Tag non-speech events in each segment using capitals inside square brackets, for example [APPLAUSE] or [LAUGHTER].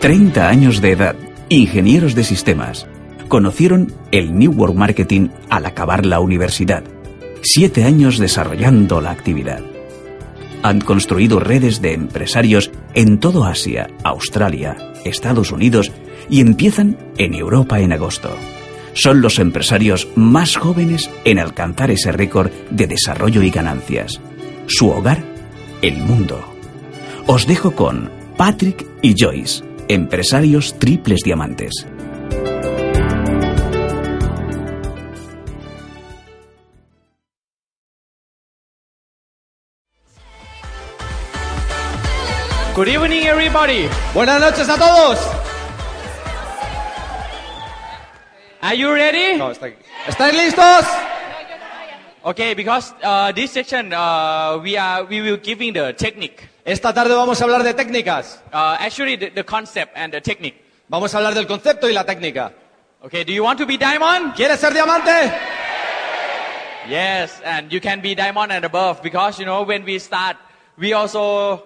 30 años de edad, ingenieros de sistemas. Conocieron el New Work Marketing al acabar la universidad. Siete años desarrollando la actividad. Han construido redes de empresarios en todo Asia, Australia, Estados Unidos y empiezan en Europa en agosto. Son los empresarios más jóvenes en alcanzar ese récord de desarrollo y ganancias. Su hogar, el mundo. Os dejo con Patrick y Joyce, empresarios triples diamantes. Good evening, everybody. Buenas noches a todos. Are you ready? No, está aquí. ¿Estáis listos? Okay, because uh, this section uh, we are we will giving the technique. Esta tarde vamos a hablar de técnicas. Uh, actually, the, the concept and the technique. Vamos a hablar del concepto y la técnica. Okay, do you want to be diamond? ¿Quieres ser diamante? Yes, and you can be diamond and above because you know when we start, we also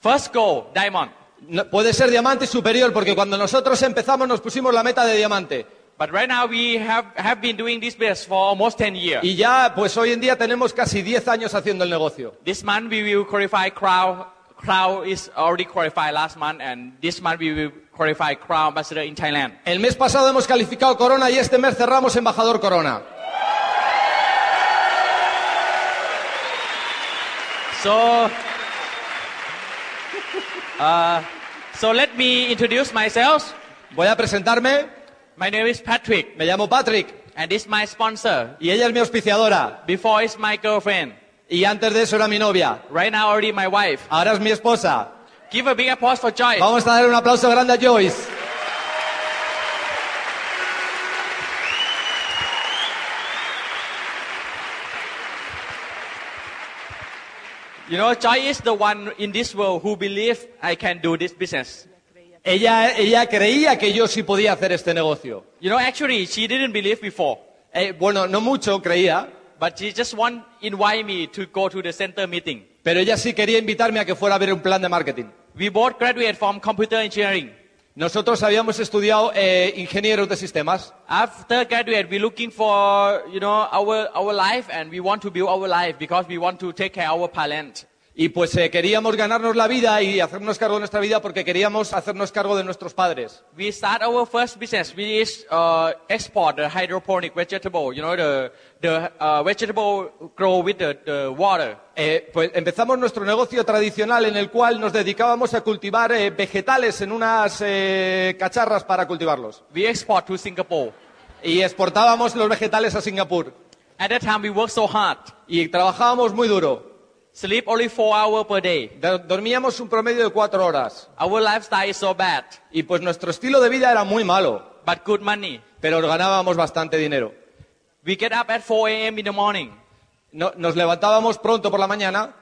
first go diamond. No, puedes ser diamante y superior porque cuando nosotros empezamos nos pusimos la meta de diamante. But right now we have have been doing this business for almost 10 years. Y ya, pues hoy en día tenemos casi 10 años haciendo el negocio. This month we will qualify crowd. Crowd is already qualified last month, and this month we will qualify crowd ambassador in Thailand. El mes pasado hemos calificado Corona y este mes cerramos Embajador Corona. So, [LAUGHS] uh, so let me introduce myself. Voy a presentarme. My name is Patrick, Me llamo Patrick and this is my sponsor. y ella es mi auspiciadora. Before it's my girlfriend. Y antes de eso era mi novia. Right now already my wife. Ahora es mi esposa. Give a big applause for Joyce. Vamos a dar un aplauso grande a Joyce. You know, Joy is the one in this world who believes I can do this business. Ella, ella creía que yo sí podía hacer este negocio. You know, actually, she didn't believe before, Eh, bueno, no mucho creía, but she just want invite me to go to the center meeting. pero ella sí quería invitarme a que fuera a ver un plan de marketing. We both graduated from computer engineering. Nosotros habíamos estudiado eh, ingenieros de sistemas After graduate, we're looking for, you know, our, our life and we want to build our life because we want to take care of our parents. y pues eh, queríamos ganarnos la vida y hacernos cargo de nuestra vida porque queríamos hacernos cargo de nuestros padres. We start our first business, which is uh, export the hydroponic vegetable, you know, the, the uh, vegetable grow with the, the water. Eh, pues empezamos nuestro negocio tradicional en el cual nos dedicábamos a cultivar eh, vegetales en unas eh, cacharras para cultivarlos We export to Singapore. y exportábamos los vegetales a Singapur At that time, we worked so hard. y trabajábamos muy duro. Sleep only four hours per day. Do- Dormíamos un promedio de cuatro horas Our lifestyle is so bad, y pues nuestro estilo de vida era muy malo, but good money. pero ganábamos bastante dinero. We get up at 4 a.m. in the morning No- nos levantábamos pronto por la mañana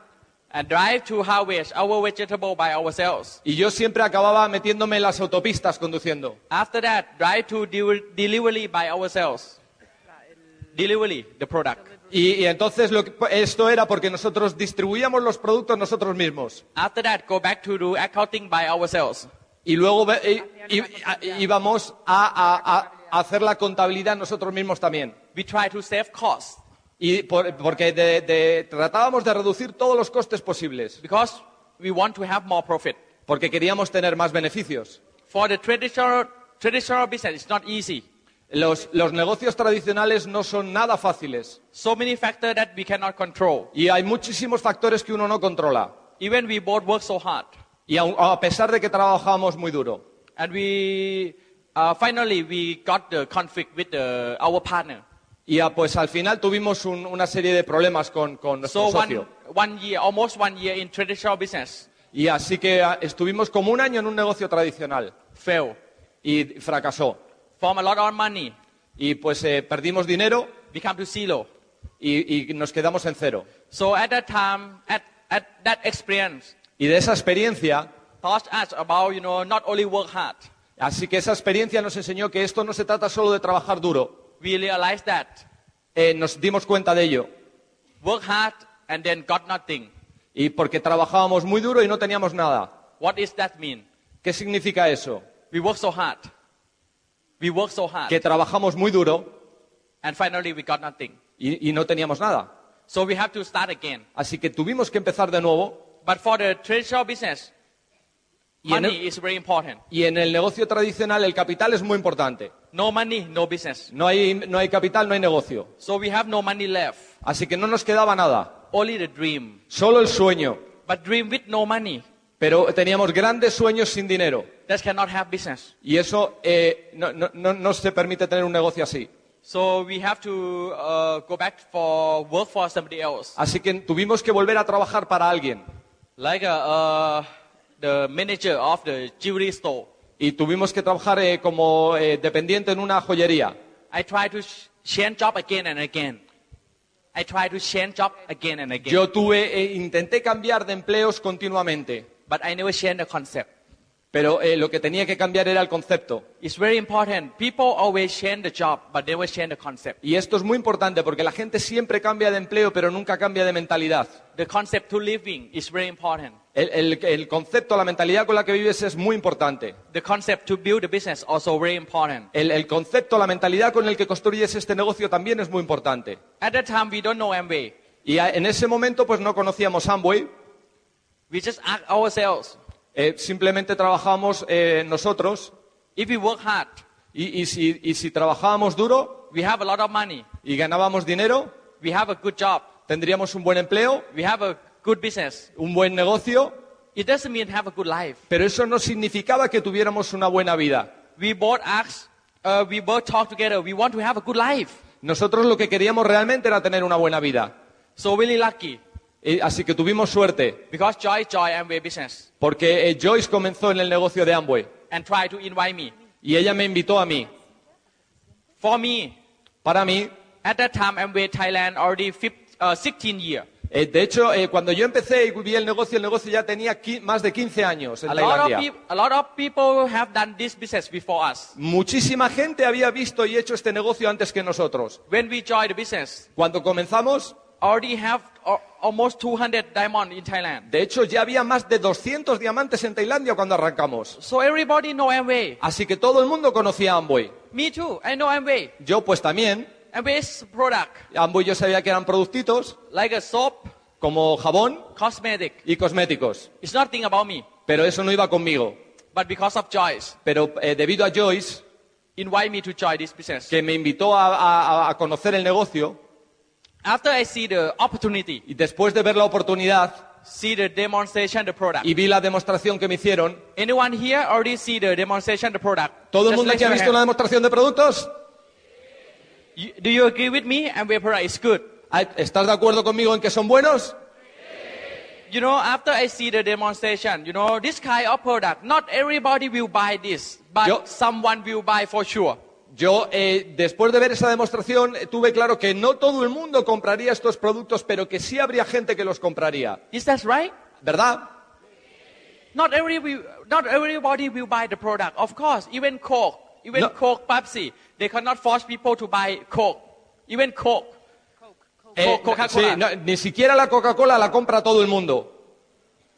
and drive to harvest our vegetable by ourselves. y yo siempre acababa metiéndome en las autopistas conduciendo. After that, drive to de- delivery by ourselves. Delivery, the product. Y, y entonces lo que- esto era porque nosotros distribuíamos los productos nosotros mismos After that, go back to do accounting by ourselves. y luego ve- y- y- a- íbamos a, a- a- a hacer la contabilidad nosotros mismos también. We try to save costs Y por- porque de- de- tratábamos de reducir todos los costes posibles, because we want to have more profit. porque queríamos tener más beneficios. For the traditional, traditional business, it's not easy. Los, los negocios tradicionales no son nada fáciles So many factors that we cannot control. y hay muchísimos factores que uno no controla. Even we both work so hard. Y aun- a, pesar de que trabajamos muy duro. And we uh, finally we got the conflict with the, our partner. Y a- pues al final tuvimos un- una serie de problemas con, con nuestro So one, socio. one year, almost one year in traditional business, Y así que a, estuvimos como un año en un negocio tradicional fail. y fracasó. Form a lot of money, Y pues eh, perdimos dinero become to zero. y, y nos quedamos en cero. So at that time, at, at that experience, Y de esa experiencia, taught us about, you know, not only work hard. así que esa experiencia nos enseñó que esto no se trata solo de trabajar duro. We realized that Eh, nos dimos cuenta de ello. work hard and then got nothing. Y porque trabajábamos muy duro y no teníamos nada. What does that mean? ¿Qué significa eso? We work so hard. We work so hard. que trabajamos muy duro and finally, we got nothing. y, y no teníamos nada. So we have to start again. Así que tuvimos que empezar de nuevo But for the traditional business, y en, money el, is very important. y en el negocio tradicional el capital es muy importante. No money, no business. No hay, no hay capital, no hay negocio. So we have no money left. Así que no nos quedaba nada, Only the dream. solo el sueño. But dream with no money. Pero teníamos grandes sueños sin dinero That cannot have business. y eso eh, no, no- no- no se permite tener un negocio así. So we have to uh, go back for work for somebody else. Así que tuvimos que volver a trabajar para alguien Like uh, uh, the manager of the jewelry store. y tuvimos que trabajar eh, como eh, dependiente en una joyería. I try to sh- change job again and again. I try to change job again and again. Yo tuve, eh, intenté cambiar de empleos continuamente, But I never change the concept. pero eh, lo que tenía que cambiar era el concepto. It's very important. People always change the job, but never change the concept. Y esto es muy importante porque la gente siempre cambia de empleo, pero nunca cambia de mentalidad. The concept to living is very important. El, el- el concepto, la mentalidad con la que vives es muy importante. The concept to build a business also very important. El, el concepto, la mentalidad con el que construyes este negocio también es muy importante. At that time, we don't know Amway. Y a- en ese momento pues no conocíamos Amway, We just ask ourselves, eh, simplemente trabajábamos eh, nosotros if we work hard, y, y si, y si trabajábamos duro we have a lot of money, y ganábamos dinero, we have a good job, tendríamos un buen empleo, we have a good business. un buen negocio, It doesn't mean have a good life. pero eso no significaba que tuviéramos una buena vida. We both ask, uh, we both talk together. We want to have a good life. Nosotros lo que queríamos realmente era tener una buena vida. So really lucky Eh, así que tuvimos suerte, because Joy Joy Amway business porque eh, Joyce comenzó en el negocio de Amway and try to invite me. y ella me invitó a mí. For me, Para mí, at that time Amway Thailand already 15, uh, 16 year. eh, de hecho, eh, cuando yo empecé y vi el negocio, el negocio ya tenía qui- más de 15 años en A lot of Tailandia. people, a lot of people have done this business before us. Muchísima gente había visto y hecho este negocio antes que nosotros. When we joined the business, Cuando comenzamos, already have uh, almost 200 diamond in Thailand. de hecho, ya había más de 200 diamantes en Tailandia cuando arrancamos. So everybody know Amway. Así que todo el mundo conocía a Amway. Me too. I know Amway. Yo pues también. Amway's product Amway yo sabía que eran productitos like a soap, como jabón cosmetic. y cosméticos. It's nothing about me, Pero eso no iba conmigo. but because of Joyce, Pero eh, debido a Joyce, invite me to join this business. que me invitó a, a- a conocer el negocio, After I see the opportunity, y después de ver la oportunidad see the demonstration, the product. y vi la demostración que me hicieron, Anyone here already see the demonstration, the product? ¿todo el Just mundo raise aquí ha your visto una hand. demostración de productos? You- Do you agree with me? Amway product is good. Ah, ¿Estás de acuerdo conmigo en que son buenos? You know, after I see the demonstration, you know, this kind of product, not everybody will buy this, but Yo- someone will buy for sure. Yo, eh, después de ver esa demostración, eh, tuve claro que no todo el mundo compraría estos productos, pero que sí habría gente que los compraría. Is that right? ¿Verdad? Not every not everybody will buy the product. Of course, even Coke, even No. Coke, Pepsi, they cannot force people to buy Coke. Even Coke, Eh, Coke, Coca-Cola. sí, no, ni siquiera la Coca-Cola la compra todo el mundo.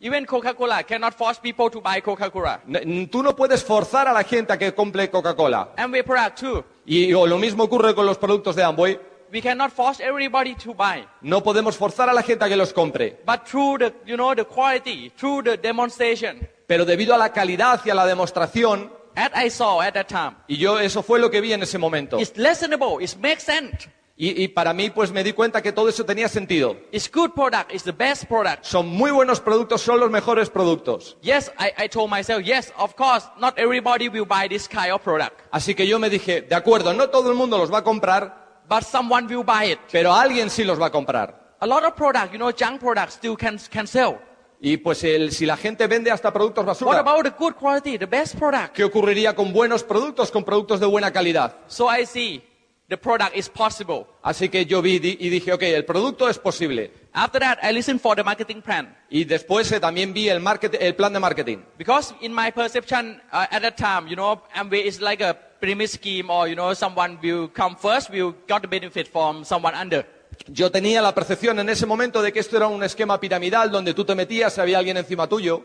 even Coca-Cola cannot force people to buy Coca-Cola. N- n- Tú no puedes forzar a la gente a que compre Coca-Cola. And we product too. Y o lo mismo ocurre con los productos de Amway. We cannot force everybody to buy. No podemos forzar a la gente a que los compre. But through the you know the quality, through the demonstration, Pero debido a la calidad y a la demostración, as I saw at that time, y yo eso fue lo que vi en ese momento. it's listenable, it makes sense. Y, y para mí, pues me di cuenta que todo eso tenía sentido. It's good product, it's the best product. Son muy buenos productos, son los mejores productos. Yes, I, I told myself, yes, of course, not everybody will buy this kind of product. Así que yo me dije, de acuerdo, no todo el mundo los va a comprar, but someone will buy it. pero alguien sí los va a comprar. A lot of product, you know, junk products still can, can sell. Y pues el- si la gente vende hasta productos What basura, about the good quality, the best product? ¿qué ocurriría con buenos productos, con productos de buena calidad? So I see the product is possible. Así que yo vi di- y dije, ok, el producto es posible. After that, I listen for the marketing plan Y después eh, también vi el, market- el plan de marketing. because in my perception uh, at that time, you know, Amway is like a pyramid scheme, or you know, someone will come first, will got the benefit from someone under. Yo tenía la percepción en ese momento de que esto era un esquema piramidal donde tú te metías, había alguien encima tuyo.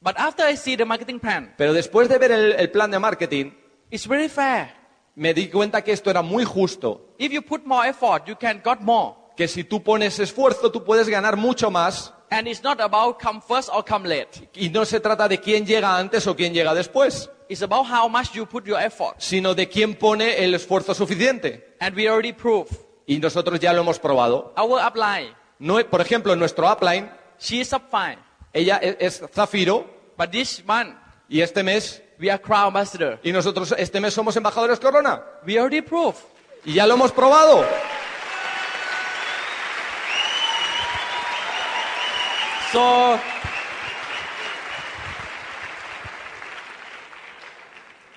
But after I see the marketing plan, Pero después de ver el, el plan de marketing, it's very fair. me di cuenta que esto era muy justo, If you put more effort, you can got more. que si tú pones esfuerzo tú puedes ganar mucho más And it's not about come first or come late. y no se trata de quién llega antes o quién llega después, It's about how much you put your effort. sino de quién pone el esfuerzo suficiente. And we already proved. Y nosotros ya lo hemos probado. Our upline, No- por ejemplo, en nuestro upline, she is up fine. ella e- es Zafiro But this month, y este mes, we are crown ambassador. y nosotros este mes somos embajadores Corona. We already proved. Y ya lo hemos probado. So,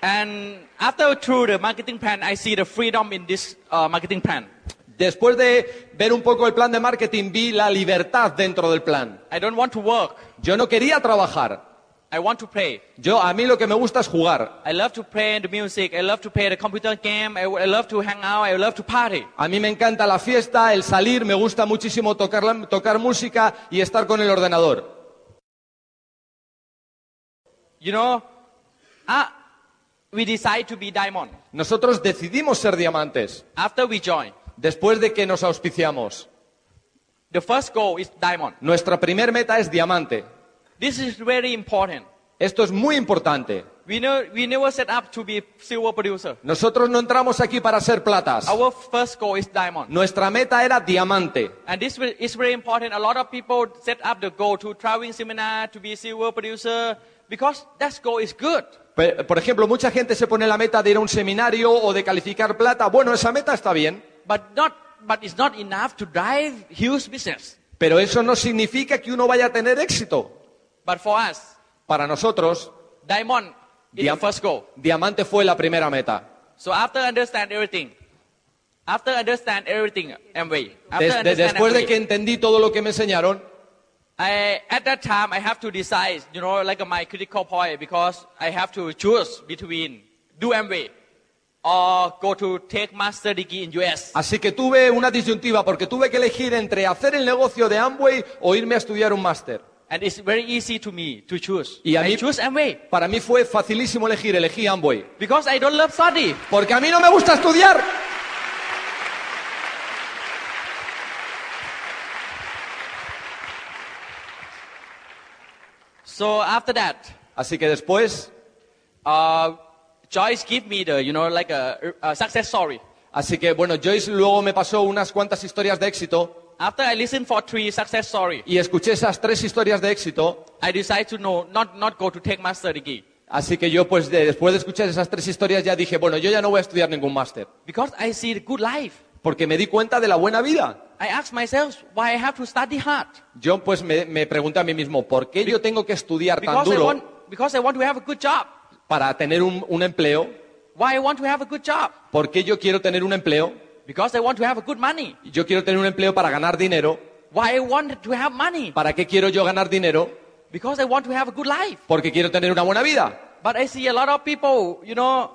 and after through the marketing plan, I see the freedom in this uh, marketing plan. Después de ver un poco el plan de marketing, vi la libertad dentro del plan. I don't want to work. Yo no quería trabajar. I want to play. Yo, a mí lo que me gusta es jugar. I love to play the music. I love to play the computer game. I, I love to hang out. I love to party. A mí me encanta la fiesta, el salir, me gusta muchísimo tocar, la- tocar música y estar con el ordenador. You know, uh, we decide to be diamond Nosotros decidimos ser diamantes after we join. después de que nos auspiciamos. The first goal is diamond. Nuestra primer meta es diamante. This is very important. Esto es muy importante. We know we never set up to be silver producer. Nosotros no entramos aquí para ser platas. Our first goal is diamond. Nuestra meta era diamante. And this will- is very important. A lot of people set up the goal to traveling seminar to be silver producer because that goal is good. Pe- Por ejemplo, mucha gente se pone la meta de ir a un seminario o de calificar plata. Bueno, esa meta está bien, But not, but it's not enough to drive huge business. pero eso no significa que uno vaya a tener éxito. But for us, Para nosotros, diamond is Diam- the first goal. diamante fue la primera meta. So after understand everything, after understand everything, Amway. After Des- de- understand después de Amway, que entendí todo lo que me enseñaron, I, at that time I have to decide, you know, like my critical point because I have to choose between do Amway or go to take master degree in US. así que tuve una disyuntiva porque tuve que elegir entre hacer el negocio de Amway o irme a estudiar un máster. And it's very easy to me to choose. Y a I mí- choose Amway Para mí fue facilísimo elegir, elegí Amway. because I don't love study. Porque a mí no me gusta estudiar. So after that, Así que después, uh, Joyce give me the, you know, like a, a success story. así que bueno, Joyce luego me pasó unas cuantas historias de éxito. After I listen for three success story, y escuché esas tres historias de éxito, I decide to know not not go to take master degree así que yo pues de- después de escuchar esas tres historias ya dije, bueno, yo ya no voy a estudiar ningún máster, because I see the good life. porque me di cuenta de la buena vida. I ask myself why I have to study hard Yo pues me, me pregunté a mí mismo, ¿por qué yo tengo que estudiar tan because I duro want because I want to have a good job. para tener un, un empleo? Why I want to have a good job ¿Por qué yo quiero tener un empleo? because I want to have a good money. Yo quiero tener un empleo para ganar dinero. Why I want to have money ¿Para qué quiero yo ganar dinero? because I want to have a good life. Porque quiero tener una buena vida. But I see a lot of people, you know,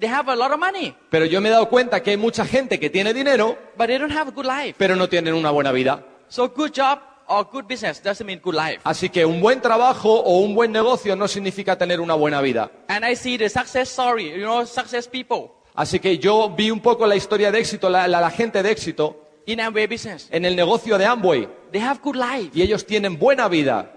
they have a lot of money, Pero yo me he dado cuenta que hay mucha gente que tiene dinero, but they don't have a good life. pero no tienen una buena vida. So good job or good business doesn't mean good life. Así que un buen trabajo o un buen negocio no significa tener una buena vida. And I see the success story, you know, success people Así que yo vi un poco la historia de éxito, la, la- la gente de éxito in Amway business. en el negocio de Amway They have good life. y ellos tienen buena vida.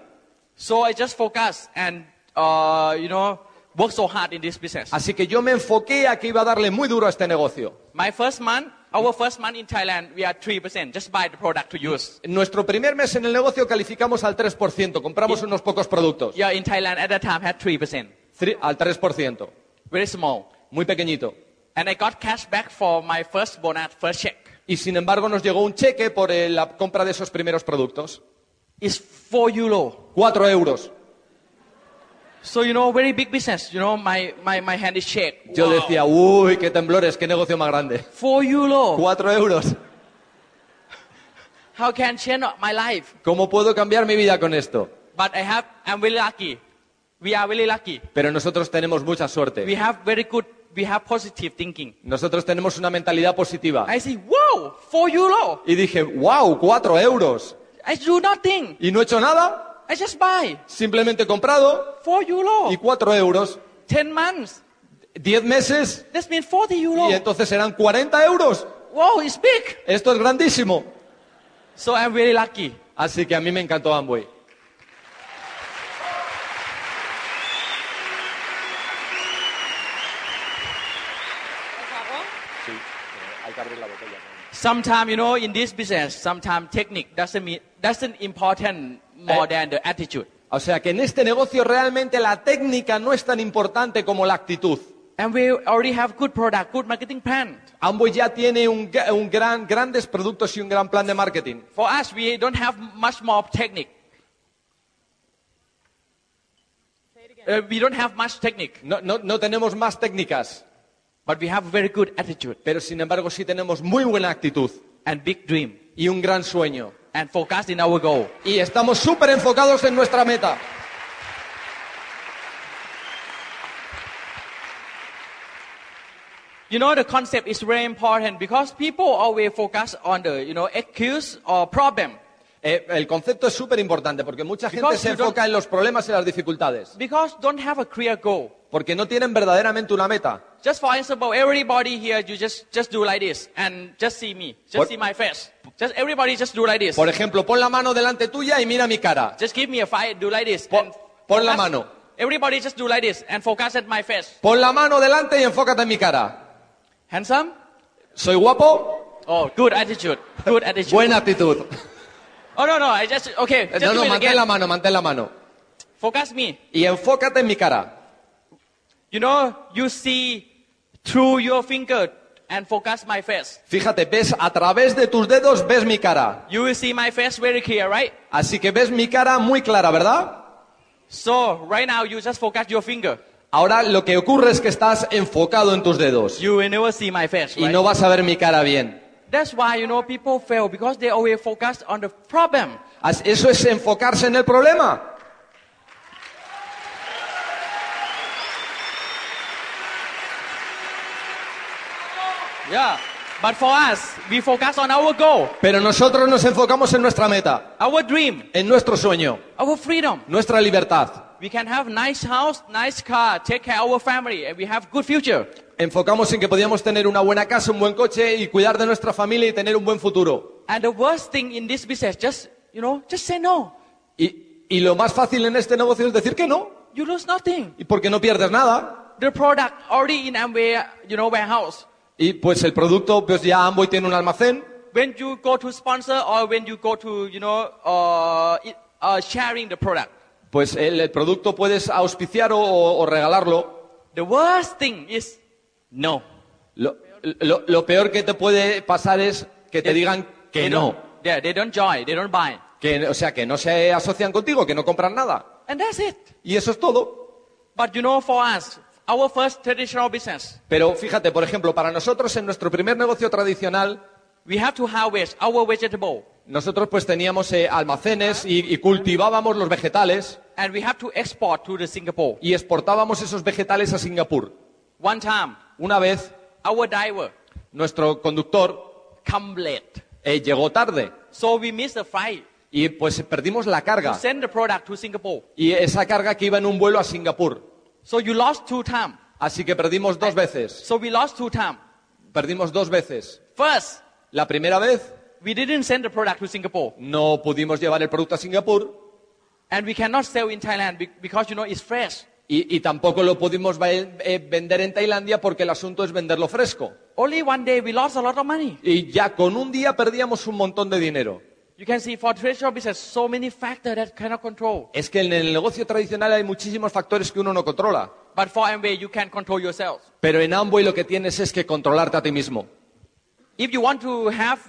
So I just focus and, uh, you know, work so hard in this business. Así que yo me enfoqué a que iba a darle muy duro a este negocio. My first month, our first month in Thailand, we are 3%. Just buy the product to use. En nuestro primer mes en el negocio calificamos al 3%, compramos unos pocos productos, Yeah, in Thailand at that time had 3%. Tri- al 3%, Very small. muy pequeñito. And I got cash back for my first bonus, first check. Y sin embargo nos llegó un cheque por eh, la compra de esos primeros productos. It's 4 euro. 4 euros. So you know, very big business. You know, my my my hand is shake. Yo Wow. decía, uy, qué temblores, qué negocio más grande. four euro. 4 euros. How can change my life? ¿Cómo puedo cambiar mi vida con esto? But I have. I'm very lucky. We are very lucky. Pero nosotros tenemos mucha suerte. We have very good. We have positive thinking. Nosotros tenemos una mentalidad positiva. I say, wow, four euro. Y dije, wow, cuatro euros. I do nothing. ¿Y no he hecho nada? I just buy Simplemente comprado 4 euro, y 4 euros. 10 months. 10 meses That means 40 y euro. entonces serán 40 euros. Wow, it's big. Esto es grandísimo. So I'm very lucky. Así que a mí me encantó Amway. Sometimes, you know, in this business, sometimes technique doesn't mean, doesn't important more Eh. than the attitude. O sea que en este negocio realmente la técnica no es tan importante como la actitud. And we already have good product, good marketing plan. Amway ya tiene un, ga- un gran, grandes productos y un gran plan de marketing. For us, we don't have much more technique. Uh, we don't have much technique, No, no- no tenemos más técnicas, but we have very good attitude pero sin embargo sí tenemos muy buena actitud and big dream y un gran sueño. and focus in our goal. Y estamos súper enfocados en nuestra meta. You know, the concept is very important because people always focus on the, you know, excuse or problem. Eh, el concepto es súper importante porque mucha gente Because se you don't- enfoca en los problemas y las dificultades Because don't have a clear goal. porque no tienen verdaderamente una meta. Just for example, everybody here, you just, just do like this and just see me. Just Por- see my face. Just everybody just do like this. Por ejemplo, pon la mano delante tuya y mira mi cara. Just give me a five, do like this. Po- and pon la focus- mano. Everybody just do like this and focus at my face. Pon la mano delante y enfócate en mi cara. Handsome? ¿Soy guapo? Oh, good [LAUGHS] attitude. Good attitude. Buena actitud. Eh, Oh, no, no, I just, okay. Just No, do no, it mantén la again. mano, mantén la mano. Focus me. Y enfócate en mi cara. You know, you see through your finger and focus my face. Fíjate, ves a través de tus dedos, ves mi cara. You will see my face very clear, right? Así que ves mi cara muy clara, ¿verdad? So, right now, you just focus your finger. Ahora lo que ocurre es que estás enfocado en tus dedos You will never see my face, y right? no vas a ver mi cara bien. That's why, you know, people fail because they always focus on the problem. As- Eso es enfocarse en el problema. Yeah. But for us, we focus on our goal, Pero nosotros nos enfocamos en nuestra meta, our dream, en nuestro sueño, our freedom. nuestra libertad. We can have nice house, nice car, take care of our family, and we have good future. Enfocamos en que podíamos tener una buena casa, un buen coche y cuidar de nuestra familia y tener un buen futuro. And the worst thing in this business, just, you know, just say no. Y, y lo más fácil en este negocio es decir que no, You lose nothing. y porque no pierdes nada. The product already in Amway, you know, warehouse. Y pues el producto, pues ya Amway tiene un almacén. When you go to sponsor or when you go to, you know, uh, it- uh, sharing the product, Pues el, el producto puedes auspiciar o, o- o regalarlo. the worst thing is no. Lo, lo- lo peor que te puede pasar es que te They- digan que they no. don't- Yeah, they don't join, they don't buy. Que, o sea, que no se asocian contigo, que no compran nada. And that's it. Y eso es todo. But you know, for us, our first traditional business, Pero fíjate, por ejemplo, para nosotros en nuestro primer negocio tradicional, we have to harvest our vegetable nosotros pues teníamos eh, almacenes y, y cultivábamos los vegetales and we have to export to the Singapore. y exportábamos esos vegetales a Singapur. One time, Una vez, our diver nuestro conductor come late, eh, llegó tarde so we missed the flight y pues perdimos la to carga. send the product to Singapore. Y esa carga que iba en un vuelo a Singapur. So you lost two time. Así que perdimos dos veces. So we lost two time. Perdimos dos veces. First, La primera vez we didn't send the product to Singapore, no pudimos llevar el producto a Singapur and we cannot sell in Thailand be- because you know it's fresh. y, y tampoco lo pudimos va- eh, vender en Tailandia porque el asunto es venderlo fresco. Only one day we lost a lot of money. Y ya con un día perdíamos un montón de dinero. You can see for traditional business, so many factors that cannot control. Es que en el negocio tradicional hay muchísimos factores que uno no controla. But for Amway, you can control yourself. Pero en Amway lo que tienes es que controlarte a ti mismo. If you want to have,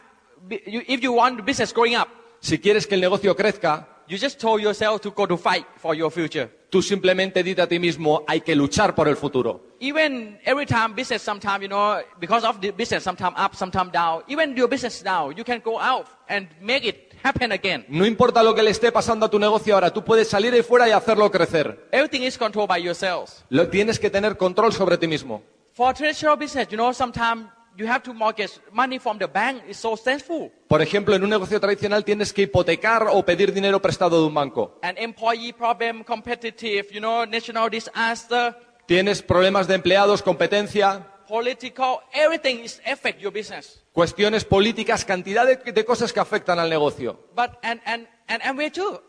you- if you want business growing up, Si quieres que el negocio crezca, you just told yourself to go to fight for your future. tú simplemente dite a ti mismo, hay que luchar por el futuro. Even every time business, sometime you know, because of the business, sometime up, sometime down. Even your business now, you can go out and make it happen again. No importa lo que le esté pasando a tu negocio ahora, tú puedes salir ahí fuera y hacerlo crecer. Everything is controlled by yourselves. Lo tienes que tener control sobre ti mismo. For traditional business, you know, sometimes you have to mortgage money from the bank. It's so stressful. Por ejemplo, en un negocio tradicional tienes que hipotecar o pedir dinero prestado de un banco. And employee problem, competitive, you know, national disaster, Tienes problemas de empleados, competencia, political, everything is affect your business. cuestiones políticas, cantidad de, de cosas que afectan al negocio. But and and and Amway too.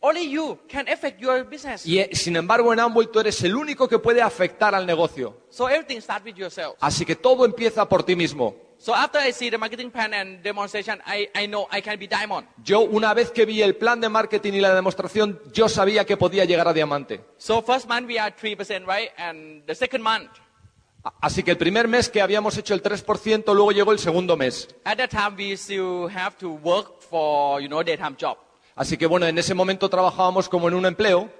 Only you can affect your business. Y eh, sin embargo, en Amway tú eres el único que puede afectar al negocio. So everything start with yourself. Así que todo empieza por ti mismo. So after I see the marketing plan and demonstration, I, I know I can be diamond. Yo, una vez que vi el plan de marketing y la demostración, yo sabía que podía llegar a diamante. So first month we are three percent, right? And the second month, A- Así que el primer mes que habíamos hecho el 3%, luego llegó el segundo mes. at that time we still have to work for you know daytime job. Así que bueno, en ese momento trabajábamos como en un empleo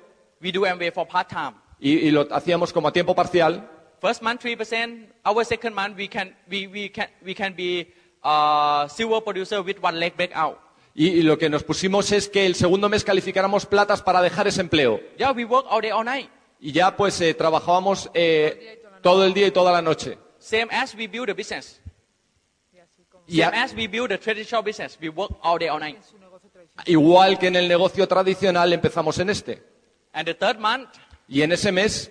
We do MBA for part time. y, y lo hacíamos como a tiempo parcial. First month three percent. Our second month we can we, we can we can be uh, silver producer with one leg back out. Y, y lo que nos pusimos es que el segundo mes calificáramos platas para dejar ese empleo. Yeah, we work all day all night. Y ya pues eh, trabajábamos eh, todo el día y toda la noche. Same as we build a business. Y a- Same as we build a traditional business, we work all day all night. igual que en el negocio tradicional empezamos en este. And the third month, Y en ese mes,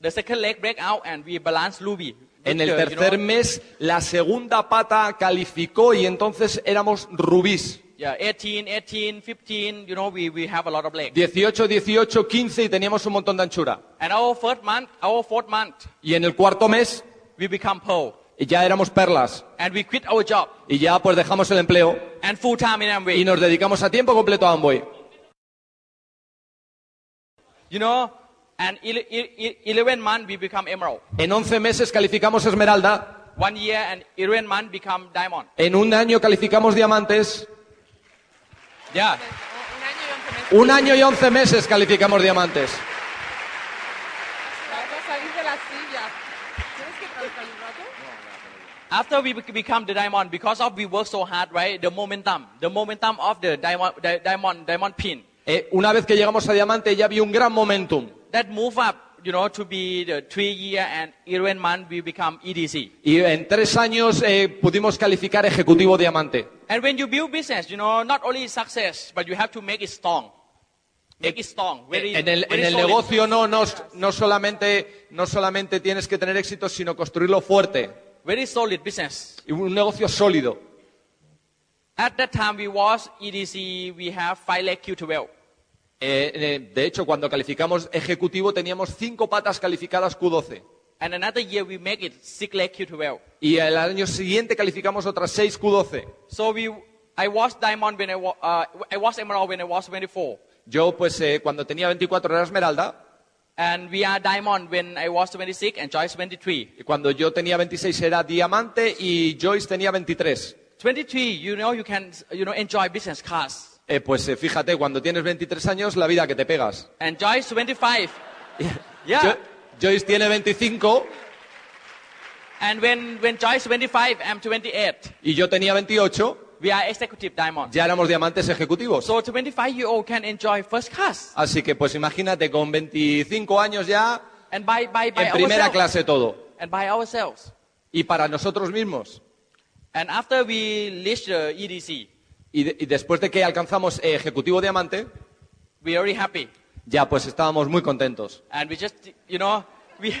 the second leg break out and we balance Ruby. en el With the, you tercer know, mes, la segunda pata calificó y entonces éramos rubís. Yeah, 18, 18, 15, you know, we, we have a lot of leg. 18, 18, 15 y teníamos un montón de anchura. And our third month, our fourth month, Y en el cuarto mes we become pearl. ya éramos perlas. And we quit our job Y ya pues dejamos el empleo and full time in Amway. y nos dedicamos a tiempo completo a Amway. you know, and ele- ele- ele- 11 month, we become emerald. En 11 meses calificamos esmeralda. One year and 11 month, become diamond. En un año calificamos diamantes. Yeah. Un año Un año y y once meses. 11 meses calificamos diamantes. Vas a salir de la silla. ¿Quieres que traduzca un rato? After we bec- become the diamond, because of we work so hard, right? The momentum, the momentum of the diamond, di- diamond, diamond pin, Eh, una vez que llegamos a diamante ya vi un gran momentum. that move up, you know, to be the three year and 11 month, we become E EDC. Y en tres años eh, pudimos calificar ejecutivo diamante. And when you build business, you know, not only success, but you have to make it strong. Make it strong. Very, En el, very en el solid. negocio no, no, no, solamente, no solamente tienes que tener éxito, sino construirlo fuerte. Very solid business. Y Un negocio sólido. At that time, we was EDC, we have 5 lakh Q12. Eh, eh, de hecho, cuando calificamos ejecutivo teníamos cinco patas calificadas Q12. And another year, we make it 6 lakh Q12. Y el año siguiente calificamos otras seis Q12. So we, I was diamond when I was, uh, I was emerald when I was 24. Yo, pues, eh, cuando tenía 24 era esmeralda. And we are diamond when I was 26 and Joyce 23. Y cuando yo tenía 26 era diamante y Joyce tenía 23. 23, you know, you can, you know, enjoy business class. Eh, pues eh, fíjate, cuando tienes 23 años, la vida que te pegas. And Joyce 25. [LAUGHS] Yeah. Jo- Joyce tiene 25 And when, when Joyce 25, I'm 28. y yo tenía 28. We are executive diamond. Ya éramos diamantes ejecutivos. So 25 year old can enjoy first class. Así que, pues imagínate, con 25 años ya, And by, by, by en primera ourselves. clase todo. And by ourselves. Y para nosotros mismos. And after we reach the E EDC, Y, de- y después de que alcanzamos eh, ejecutivo diamante, we are very happy. ya pues estábamos muy contentos. And we just, you know, we, [LAUGHS]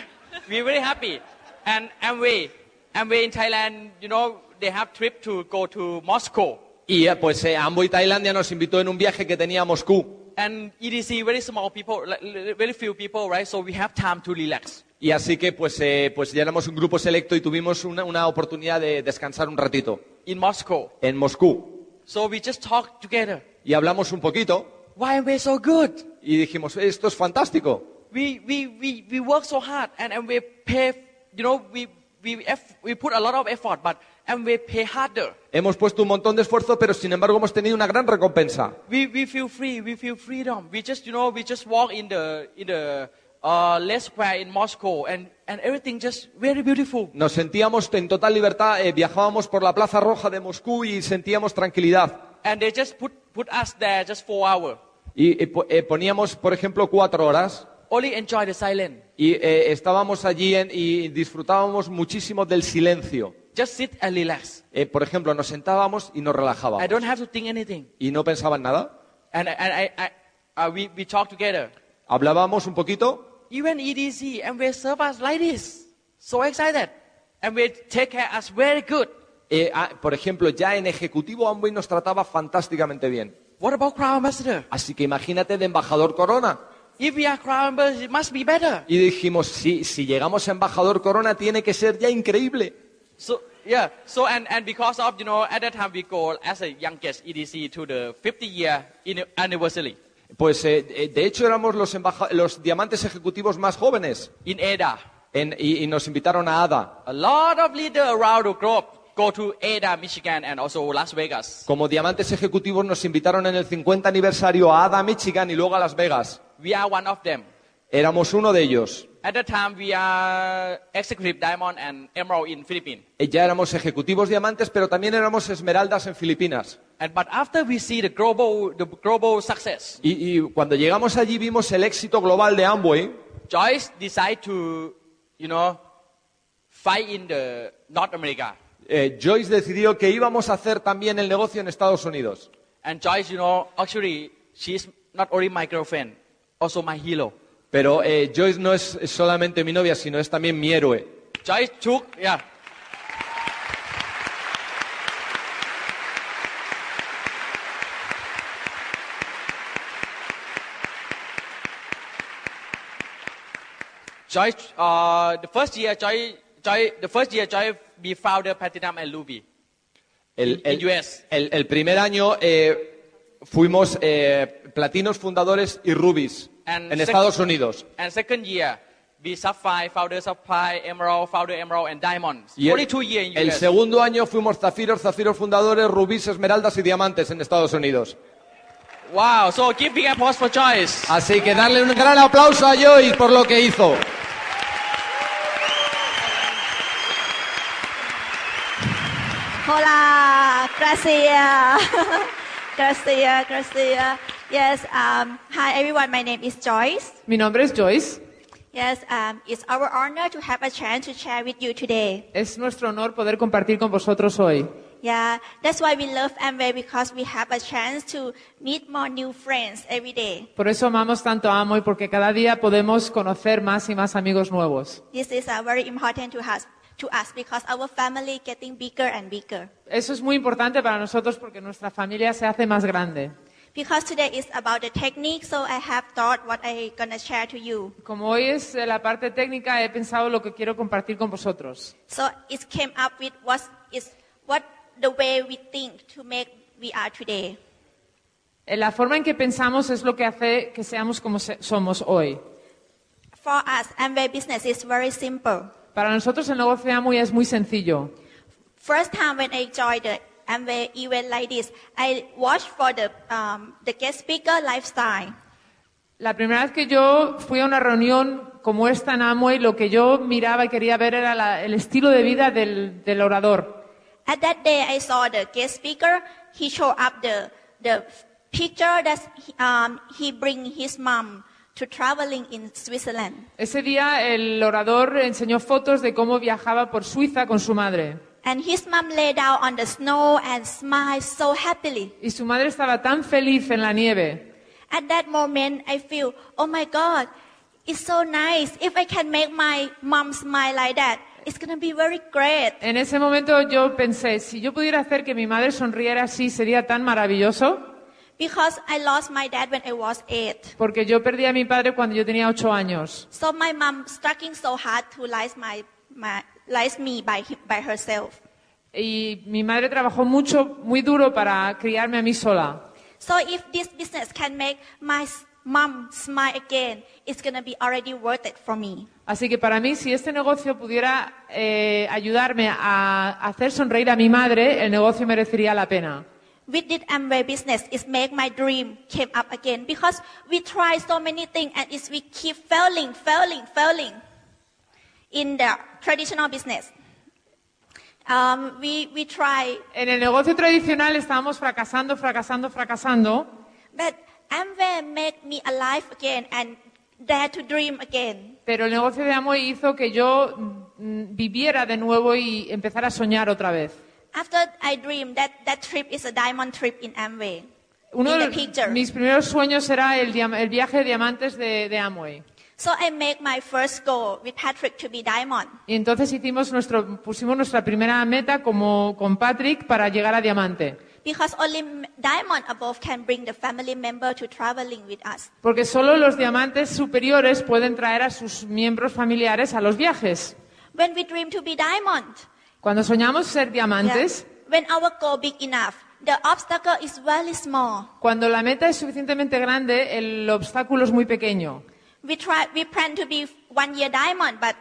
we're very happy. And Amway, Amway in Thailand, you know, they have trip to go to Moscow. Y eh, pues eh, Amway Tailandia nos invitó en un viaje que tenía a Moscú. And EDC, very small people, like, li- very few people, right? So we have time to relax. Y así que pues, eh, pues ya éramos un grupo selecto y tuvimos una, una oportunidad de descansar un ratito in Moscow. en Moscú. So we just talked together. Y hablamos un poquito Why Amway so good? y dijimos, "Eh, esto es fantástico. We, we, we, we work so hard and, and we pay, you know, we, we, eff, we put a lot of effort, but and we pay harder. Hemos puesto un montón de esfuerzo, pero sin embargo hemos tenido una gran recompensa. We, we feel free, we feel freedom. We just, you know, we just walk in the, in the uh, Les Square in Moscow and, and everything just very beautiful. Nos sentíamos en total libertad, eh, viajábamos por la Plaza Roja de Moscú y sentíamos tranquilidad. And they just put, put us there just four hours. Y eh, po- eh, poníamos, por ejemplo, cuatro horas Only enjoy the silence. y eh, estábamos allí en- y disfrutábamos muchísimo del silencio. Just sit and relax. Eh, por ejemplo, nos sentábamos y nos I relajábamos don't have to think anything. y no pensaban nada. And, I- and I, I, uh, we, we talk together. Hablábamos un poquito Even EDC, and we serve us like this. So excited. And we take care us very good. Eh, ah, por ejemplo, ya en ejecutivo Amway nos trataba fantásticamente bien. What about Crown Ambassador? Así que imagínate de embajador Corona. If we are Crown Ambassador, it must be better. Y dijimos, sí, si llegamos a embajador Corona tiene que ser ya increíble. So yeah, so and, and because of you know at that time we go as a youngest EDC to the 50 year in- anniversary Pues eh, eh, de hecho éramos los, embaja- los diamantes ejecutivos más jóvenes in ADA. En- y, y nos invitaron a ADA. A lot of leaders around the globe go to ADA, Michigan, and also Las Vegas. Como diamantes ejecutivos nos invitaron en el 50 aniversario a ADA, Michigan y luego a Las Vegas. We are one of them. Éramos uno de ellos. At that time we are executive diamond and emerald in Philippines. Eh, Ya éramos ejecutivos diamantes, pero también éramos esmeraldas en Filipinas. And but after we see the global the global success, Y, y cuando llegamos allí vimos el éxito global de Amway Joyce decide to you know fight in the North America. Eh, Joyce decidió que íbamos a hacer también el negocio en Estados Unidos. And Joyce, you know, actually, she's not only my girlfriend, also my hero. Pero eh, Joyce no es es solamente mi novia, sino es también mi héroe. Joyce took, yeah. Joyce, uh, the first year, Joy, Joy, the first year, Joy, we founded Platinum and Ruby. El, el- In US. el- el primer año eh, fuimos eh, platinos fundadores y rubies And en sec- Estados Unidos. And second year, we Sapphire, founder Sapphire, Emerald, founder Emerald, and Diamonds. Y el, 42 year in el US. segundo año fuimos zafiros, zafiros fundadores, rubíes, esmeraldas y diamantes en Estados Unidos. Wow, so give big applause for Joyce. Así que darle un gran aplauso a Joyce por lo que hizo. Hola, [LAUGHS] gracias. gracias, gracias. Yes, um, hi everyone, my name is Joyce. Mi nombre es Joyce. Yes, um, it's our honor to have a chance to share with you today. Es nuestro honor poder compartir con vosotros hoy. Yeah, that's why we love Amway because we have a chance to meet more new friends every day. Por eso amamos tanto a Amoy, porque cada día podemos conocer más y más amigos nuevos. This is uh, very important to us, to us because our family getting bigger and bigger. Eso es muy importante para nosotros porque nuestra familia se hace más grande. Because today is about the technique, so I have thought what I gonna share to you. Como hoy es eh, la parte técnica, he pensado lo que quiero compartir con vosotros. So it came up with what is what the way we think to make we are today. Eh, La forma en que pensamos es lo que hace que seamos como se- somos hoy. For us, Amway business is very simple. Para nosotros el negocio de Amway es muy sencillo. First time when I joined the Amway event like this, I watched for the um, the guest speaker lifestyle. La primera vez que yo fui a una reunión como esta en Amway, lo que yo miraba y quería ver era la- el estilo de vida del, del orador. At that day, I saw the guest speaker. He showed up the the picture that he- um, he bring his mom to traveling in Switzerland. Ese día el orador enseñó fotos de cómo viajaba por Suiza con su madre. And his mom lay down on the snow and smiled so happily. Y su madre estaba tan feliz en la nieve. At that moment, I feel, oh my God, it's so nice. If I can make my mom smile like that, it's going to be very great. En ese momento yo pensé, si yo pudiera hacer que mi madre sonriera así, sería tan maravilloso, Because I lost my dad when I was eight. porque yo perdí a mi padre cuando yo tenía ocho años. So my mom struggling so hard to raise, my, my, raise me by, hi- by herself. Y mi madre trabajó mucho, muy duro para criarme a mí sola. So if this business can make my s- mom smile again, it's going to be already worth it for me. Así que para mí, si este negocio pudiera eh, ayudarme a hacer sonreír a mi madre, el negocio merecería la pena. With this Amway business, it make my dream came up again because we try so many things and it's we keep failing, failing, failing in the traditional business. Um, we, we try, En el negocio tradicional estábamos fracasando, fracasando, fracasando, but Amway make me alive again and dare to dream again. pero el negocio de Amway hizo que yo mm, viviera de nuevo y empezara a soñar otra vez. After I dreamed that that trip is a diamond trip in Amway. Uno in de the picture. los- mis primeros sueños era el, diam- el viaje de diamantes de, de Amway. So I make my first goal with Patrick to be diamond. Y entonces hicimos nuestro, pusimos nuestra primera meta como con Patrick para llegar a diamante. Because only m- diamond above can bring the family member to traveling with us. Porque solo los diamantes superiores pueden traer a sus miembros familiares a los viajes. When we dream to be diamond, Cuando soñamos ser diamantes, yeah, when our goal big enough, the obstacle is very small. cuando la meta es suficientemente grande, el obstáculo es muy pequeño. We try, we plan to be one year diamond, but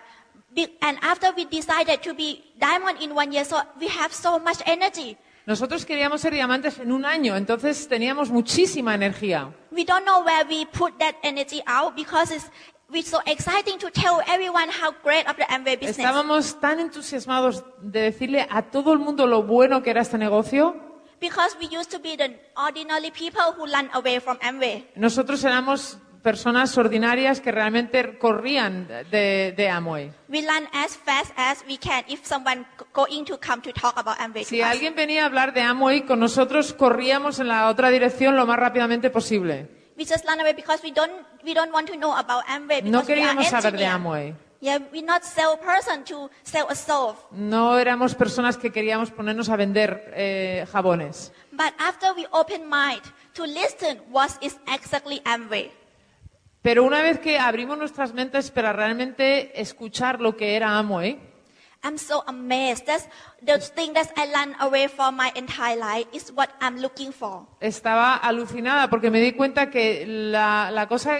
be, and after we decided to be diamond in one year, so we have so much energy. Nosotros queríamos ser diamantes en un año, entonces teníamos muchísima energía. We don't know where we put that energy out because it's, it's so exciting to tell everyone how great of the Amway business. Estábamos tan entusiasmados de decirle a todo el mundo lo bueno que era este negocio. Because we used to be the ordinary people who run away from Amway. Nosotros éramos personas ordinarias que realmente corrían de, de Amway. We run as fast as we can if someone g- going to come to talk about Amway Si to us. alguien venía a hablar de Amway con nosotros, corríamos en la otra dirección lo más rápidamente posible. We just run away because we don't, we don't want to know about Amway No because we are queríamos saber de engineer. Amway. Yeah, we're not sell person to sell a soul. No éramos personas que queríamos ponernos a vender eh, jabones. But after we open mind to listen what is exactly Amway, Pero una vez que abrimos nuestras mentes para realmente escuchar lo que era Amway, I'm so amazed. That's the thing that I run away from my entire life is what I'm looking for. estaba alucinada porque me di cuenta que la, la cosa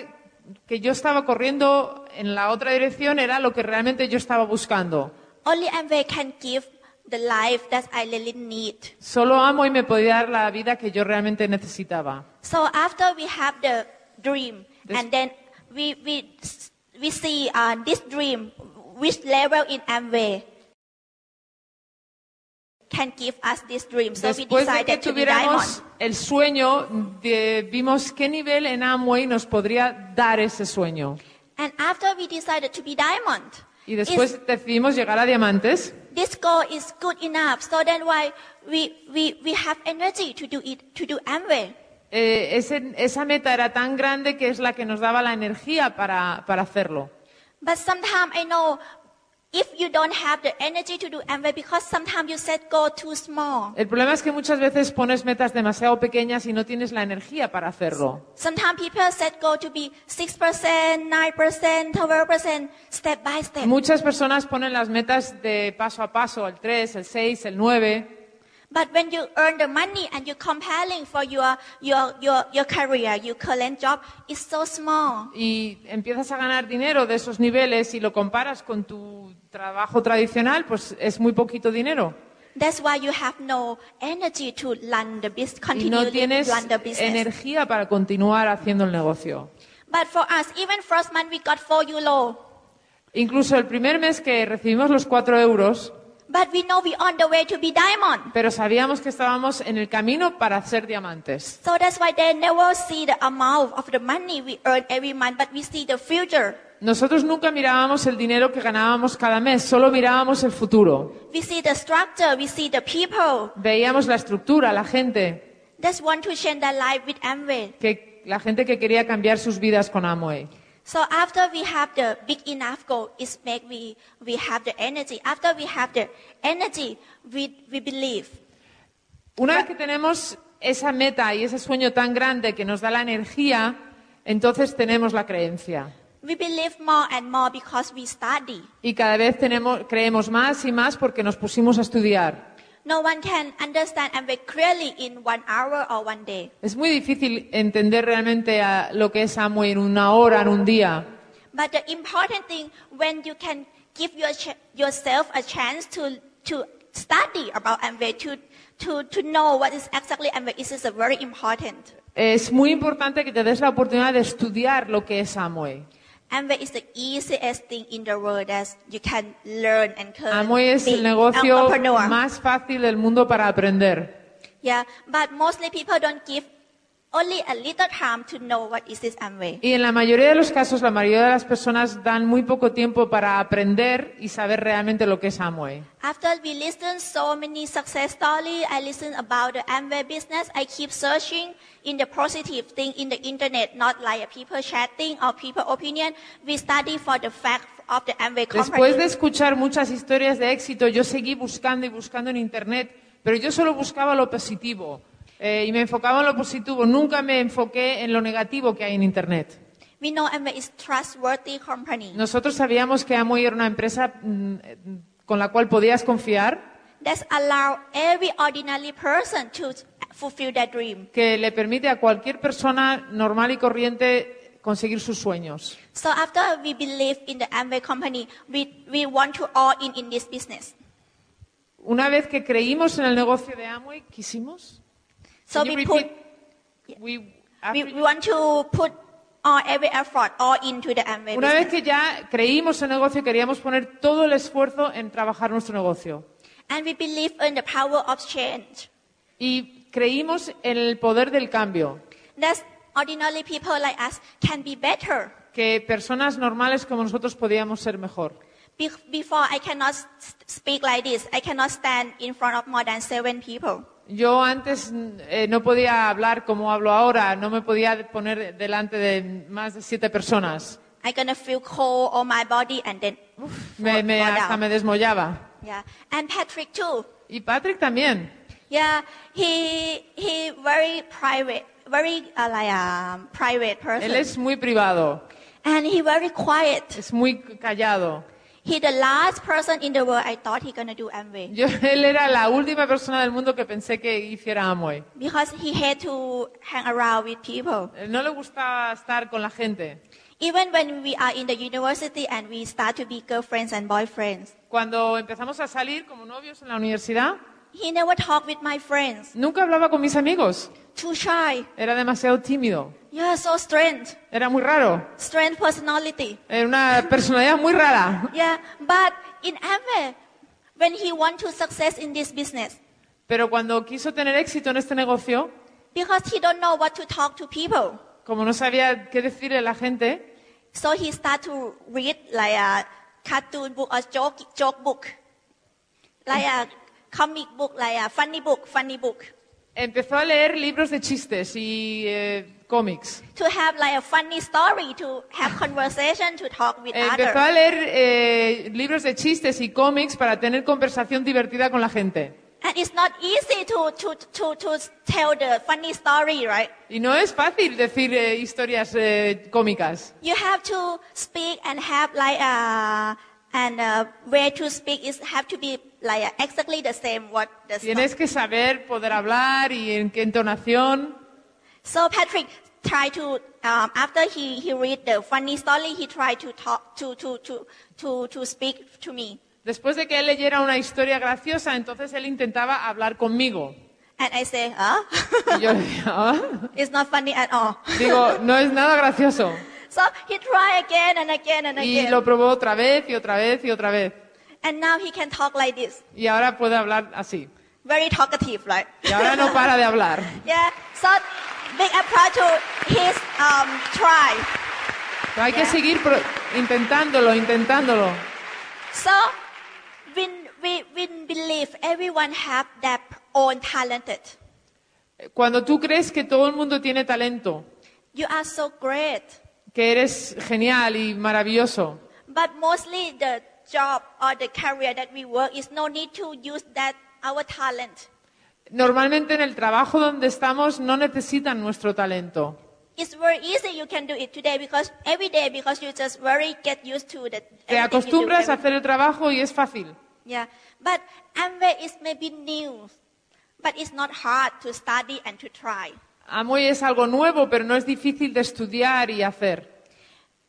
que yo estaba corriendo en la otra dirección era lo que realmente yo estaba buscando. Only Amway can give the life that I really need. Solo Amway me podía dar la vida que yo realmente necesitaba. So after we have the dream, This- and then we we we see uh, this dream, which level in Amway can give us this dream. So we Después de que decided to be diamond. tuviéramos el sueño, de- vimos qué nivel en Amway nos podría dar ese sueño. And after we decided to be diamond, Y is- después decidimos llegar a diamantes. this goal is good enough. So then why we we we have energy to do it to do Amway. Eh, ese- esa meta era tan grande que es la que nos daba la energía para, para hacerlo. But sometimes I know. If you don't have the energy to do Amway, because sometimes you set goal too small. El problema es que muchas veces pones metas demasiado pequeñas y no tienes la energía para hacerlo. Sometimes people set goal to be 6%, 9%, 12%, step by step. Muchas personas ponen las metas de paso a paso, el 3, el 6, el 9, But when you earn the money and you're comparing for your, your, your, your career, your current job, it's so small. y empiezas a ganar dinero de esos niveles y lo comparas con tu trabajo tradicional, pues es muy poquito dinero. That's why you have no energy to run the business, Y continue no tienes run the business. energía para continuar haciendo el negocio. But for us, even first month we got 4 euro. Incluso el primer mes que recibimos los 4 euros, But we know we're on the way to be diamond. pero sabíamos que estábamos en el camino para ser diamantes. So that's why they never see the amount of the money we earn every month, but we see the future. Nosotros nunca mirábamos el dinero que ganábamos cada mes, solo mirábamos el futuro. We see the structure, we see the people. Veíamos la estructura, la gente, That's one to change their life with Amway. que, la gente que quería cambiar sus vidas con Amway. So after we have the big enough goal, it's make we, we have the energy. After we have the energy, we, we believe. Una vez que tenemos esa meta y ese sueño tan grande que nos da la energía, entonces tenemos la creencia. We believe more and more because we study. Y cada vez tenemos, creemos más y más porque nos pusimos a estudiar. No one can understand Amway clearly in one hour or one day. Es muy difícil entender realmente a lo que es Amway en una hora, en un día. But the important thing when you can give your ch- yourself a chance to, to study about Amway, to, to, to know what is exactly Amway, this is a very important. Es muy importante que te des la oportunidad de estudiar lo que es Amway. Amway is the easiest thing in the world that you can learn and learn. Amway es el negocio más fácil del mundo para aprender. Yeah, but mostly people don't give only a little time to know what is this Amway. Y en la mayoría de los casos, la mayoría de las personas dan muy poco tiempo para aprender y saber realmente lo que es Amway. After we listen so many success story, I listen about the Amway business. I keep searching in the positive thing in the internet, not like people chatting or people opinion. We study for the fact of the Amway company. Después de escuchar muchas historias de éxito, yo seguí buscando y buscando en Internet, pero yo solo buscaba lo positivo eh, y me enfocaba en lo positivo. Nunca me enfoqué en lo negativo que hay en Internet. We know Amway is trustworthy company. Nosotros sabíamos que Amway era una empresa mm, eh, con la cual podías confiar, that allow every ordinary person to fulfill their dream. que le permite a cualquier persona normal y corriente conseguir sus sueños. So after we believe in the Amway company, we, we want to all in in this business. Una vez que creímos en el negocio de Amway, quisimos. So Can you we put repeat? We- after we, you- we want to put all every effort all into the Amway Una vez business. que ya creímos en el negocio, queríamos poner todo el esfuerzo en trabajar nuestro negocio. And we believe in the power of change. Y creímos en el poder del cambio, That ordinary people like us can be better. que personas normales como nosotros podíamos ser mejor. Be- before I cannot s- speak like this. I cannot stand in front of more than seven people. Yo antes mm, eh, no podía hablar como hablo ahora, no me podía poner delante de más de siete personas. i gonna feel cold on my body and then Me- me- fall hasta down. me desmollaba. Yeah, and Patrick too. Y Patrick también. Yeah, he he very private, very uh, like um, private person, Él es muy privado, and he very quiet. es muy callado. He the last person in the world I thought he gonna do Amway Yo, [LAUGHS] él era la última persona del mundo que pensé que hiciera Amway. because he had to hang around with people. Eh, No le gustaba estar con la gente. Even when we are in the university and we start to be girlfriends and boyfriends, Cuando empezamos a salir como novios en la universidad, he never talked with my friends. nunca hablaba con mis amigos. Too shy. Era demasiado tímido. Yeah, so strange, Era muy raro. strange personality. Era una personalidad muy rara. Yeah, but in Amway, when he want to success in this business, Pero cuando quiso tener éxito en este negocio, because he don't know what to talk to people, como no sabía qué decirle a la gente, so he start to read like a cartoon book or joke, joke book, like a comic book, like a funny book, funny book, empezó a leer libros de chistes y eh, cómics. to have like a funny story, to have conversation, to talk with Empezó others. a leer eh, libros de chistes y cómics para tener conversación divertida con la gente. And it's not easy to, to, to, to tell the funny story, right? Y no es fácil decir eh, historias eh, cómicas. You have to speak and have like a and uh, where to speak is have to be like uh, exactly the same what the Tienes story. que saber poder hablar y en qué entonación. So Patrick tried to um, after he he read the funny story he tried to talk to to to to to speak to me Después de que él leyera una historia graciosa, entonces él intentaba hablar conmigo. and I say huh [LAUGHS] Y yo [LAUGHS] decía, "Ah". it's not funny at all. digo, no es nada gracioso. So he tried again and again and Y again lo probó otra vez y otra vez y otra vez. and now he can talk like this Y ahora puede hablar así. very talkative right. Y ahora no para de hablar. [LAUGHS] yeah. So big applause to his um, try. Pero hay que seguir pro- intentándolo, intentándolo. So we, we, we believe everyone have their own talented. Cuando tú crees que todo el mundo tiene talento, You are so great. que eres genial y maravilloso, But mostly the job or the career that we work is no need to use that our talent. normalmente en el trabajo donde estamos no necesitan nuestro talento. It's very easy you can do it today because every day because you just very get used to the Te everything you do acostumbras a every- hacer el trabajo y es fácil. Yeah. But Amway is maybe new. But it's not hard to study and to try. Amoy es algo nuevo, pero no es difícil de estudiar y hacer.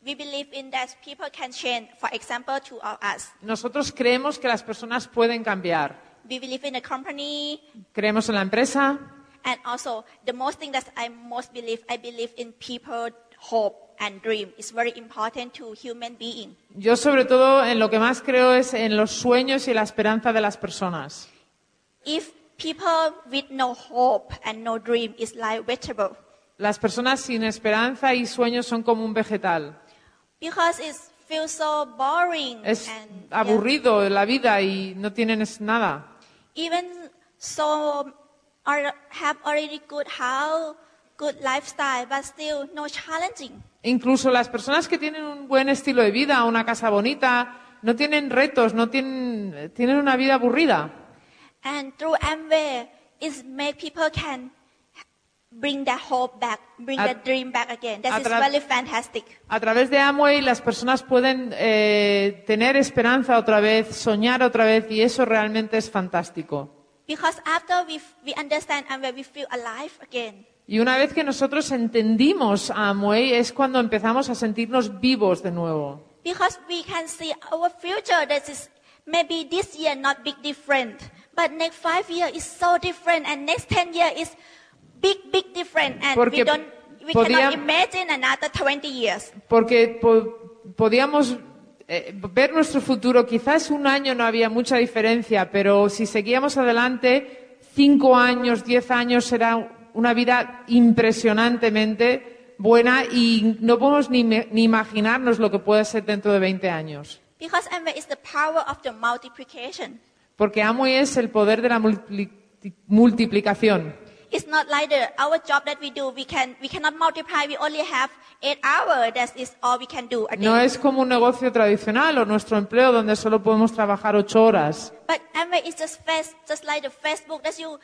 We believe in that people can change, for example, to all us. Nosotros creemos que las personas pueden cambiar. We believe in a company, Creemos en la empresa and also the most thing that I most believe, I believe in people, hope, and dream. It's very important to human being. yo sobre todo en lo que más creo es en los sueños y la esperanza de las personas. If people with no hope and no dream is like vegetable, Las personas sin esperanza y sueños son como un vegetal. because it feels so boring Es and yeah. aburrido la vida y no tienen es- nada. even so are, have already good house, good lifestyle, but still no challenging. Incluso las personas que tienen un buen estilo de vida, una casa bonita, no tienen retos, no tienen, tienen una vida aburrida. And through Amway, is make people can bring their hope back, bring A- their dream back again. a That is tra- really fantastic. A través de Amway las personas pueden eh, tener esperanza otra vez, soñar otra vez y eso realmente es fantástico. Because after we, f- we understand Amway, we feel alive again. Y una vez que nosotros entendimos a Amway es cuando empezamos a sentirnos vivos de nuevo. Because we can see our future that is maybe this year not big different, but next five year is so different, and next ten year is big big different, and we Porque don't we podían- cannot imagine another twenty years. Porque po- podíamos eh, ver nuestro futuro. Quizás un año no había mucha diferencia, pero si seguíamos adelante, cinco años, diez años será una vida impresionantemente buena y no podemos ni, me- ni imaginarnos lo que puede ser dentro de 20 años. Because Amway is the power of the multiplication. Porque Amway es el poder de la multipli- multiplicación. It's not like the, our job that we do. We can we cannot multiply. We only have eight hours. That is all we can do a day. No es como un negocio tradicional o nuestro empleo donde solo podemos trabajar ocho horas. But Amway is just face, just like the Facebook that you,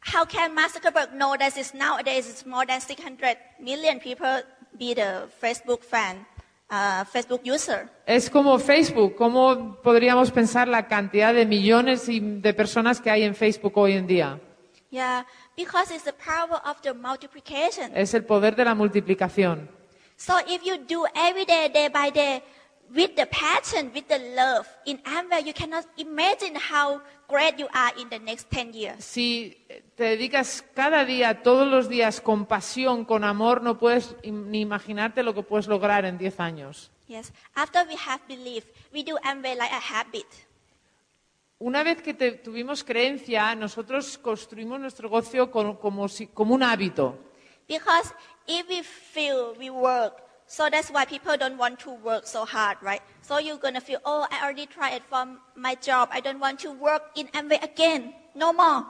how can Mark Zuckerberg know that it's nowadays it's more than 600 million people be the Facebook fan, uh, Facebook user? Es como Facebook. ¿Cómo podríamos pensar la cantidad de millones y- de personas que hay en Facebook hoy en día? Yeah, because it's the power of the multiplication. Es el poder de la multiplicación. So if you do every day, day by day, with the passion, with the love in Amway, you cannot imagine how great you are in the next 10 years. Si te dedicas cada día, todos los días, con pasión, con amor, no puedes im- ni imaginarte lo que puedes lograr en diez años. Yes. After we have belief, we do Amway like a habit. Una vez que te- tuvimos creencia, nosotros construimos nuestro negocio con- como si- como un hábito. Because if we feel we work, so that's why people don't want to work so hard, right? So you're gonna feel, oh, I already tried it from my job. I don't want to work in Amway again, no more.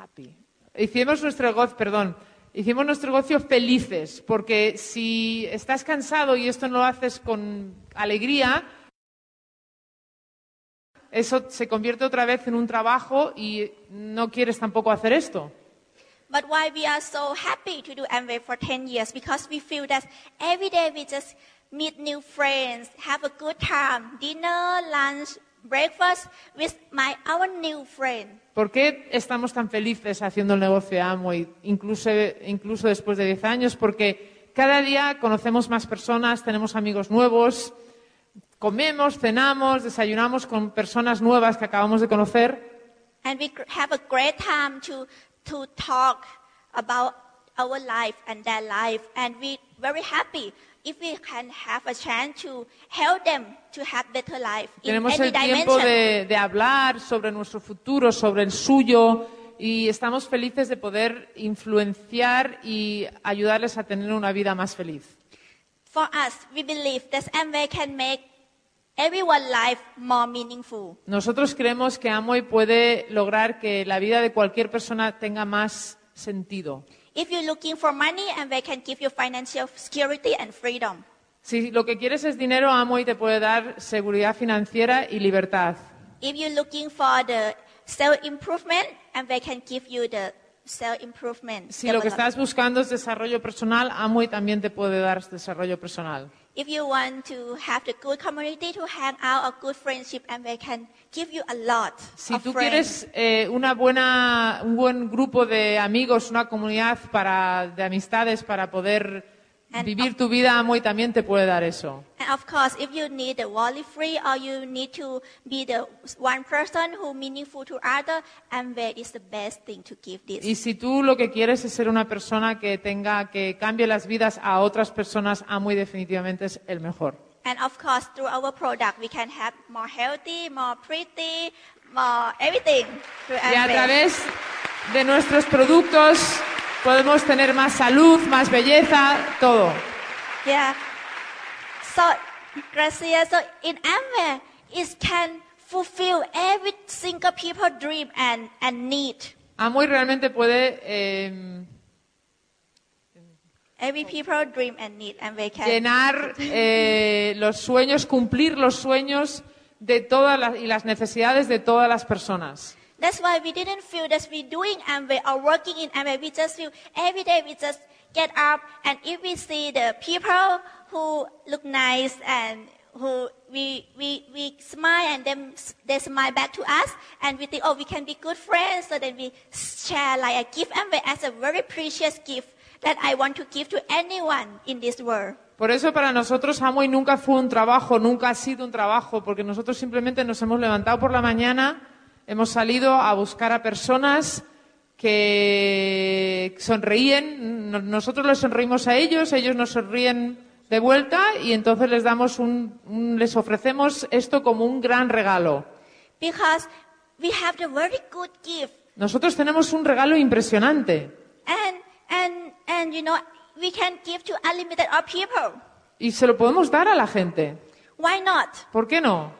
happy. Hicimos nuestro negocio, perdón, hicimos nuestro negocio felices, porque si estás cansado y esto no lo haces con alegría, eso se convierte otra vez en un trabajo y no quieres tampoco hacer esto. But why we are so happy to do Amway for 10 years? Because we feel that every day we just meet new friends, have a good time, dinner, lunch, breakfast with my our new friend. ¿Por qué estamos tan felices haciendo el negocio de Amway, incluso, incluso después de 10 años? Porque cada día conocemos más personas, tenemos amigos nuevos, comemos, cenamos, desayunamos con personas nuevas que acabamos de conocer. And we gr- have a great time to, to talk about our life and their life. And we very happy if we can have a chance to help them to have better life in Tenemos any el tiempo dimension. de, de hablar sobre nuestro futuro, sobre el suyo, y estamos felices de poder influenciar y ayudarles a tener una vida más feliz. For us, we believe that Amway can make everyone's life more meaningful. Nosotros creemos que Amway puede lograr que la vida de cualquier persona tenga más sentido. If you're looking for money, Amway can give you financial security and freedom. Si lo que quieres es dinero, Amway te puede dar seguridad financiera y libertad. If you're looking for the self-improvement, Amway can give you the self-improvement. Si lo que development. estás buscando es desarrollo personal, Amway también te puede dar desarrollo personal. If you want to have the good community to hang out, a good friendship, and they can give you a lot Si of tú friends. quieres eh, una buena, un buen grupo de amigos, una comunidad para, de amistades para poder And- vivir tu vida, Amway también te puede dar eso. And of course, if you need the wallet free or you need to be the one person who meaningful to other, Amway is the best thing to give this. Y si tú lo que quieres es ser una persona que tenga, que cambie las vidas a otras personas, Amway definitivamente es el mejor. and of course, through our product, we can have more healthy, more pretty, more everything. through Y a Amway. través de nuestros productos Podemos tener más salud, más belleza, todo. Yeah. So, Gracia, so in Amway, it can fulfill every single people dream and, and need. Amway Ah, realmente puede eh, Every people dream and need, and we can. llenar eh, los sueños, cumplir los sueños de todas las, y las necesidades de todas las personas. That's why we didn't feel that we doing Amway or working in Amway. We just feel every day we just get up and if we see the people who look nice and who we, we, we smile and them, they smile back to us and we think, oh, we can be good friends. So then we share like a gift Amway as a very precious gift that I want to give to anyone in this world. Por eso para nosotros Amway nunca fue un trabajo, nunca ha sido un trabajo, porque nosotros simplemente nos hemos levantado por la mañana, hemos salido a buscar a personas que sonríen, no- nosotros les sonreímos a ellos, ellos nos sonríen de vuelta y entonces les damos un- un- les ofrecemos esto como un gran regalo. Because we have the very good gift Nosotros tenemos un regalo impresionante and, and, and you know, we can give to unlimited of people. y se lo podemos dar a la gente. Why not? ¿Por qué no?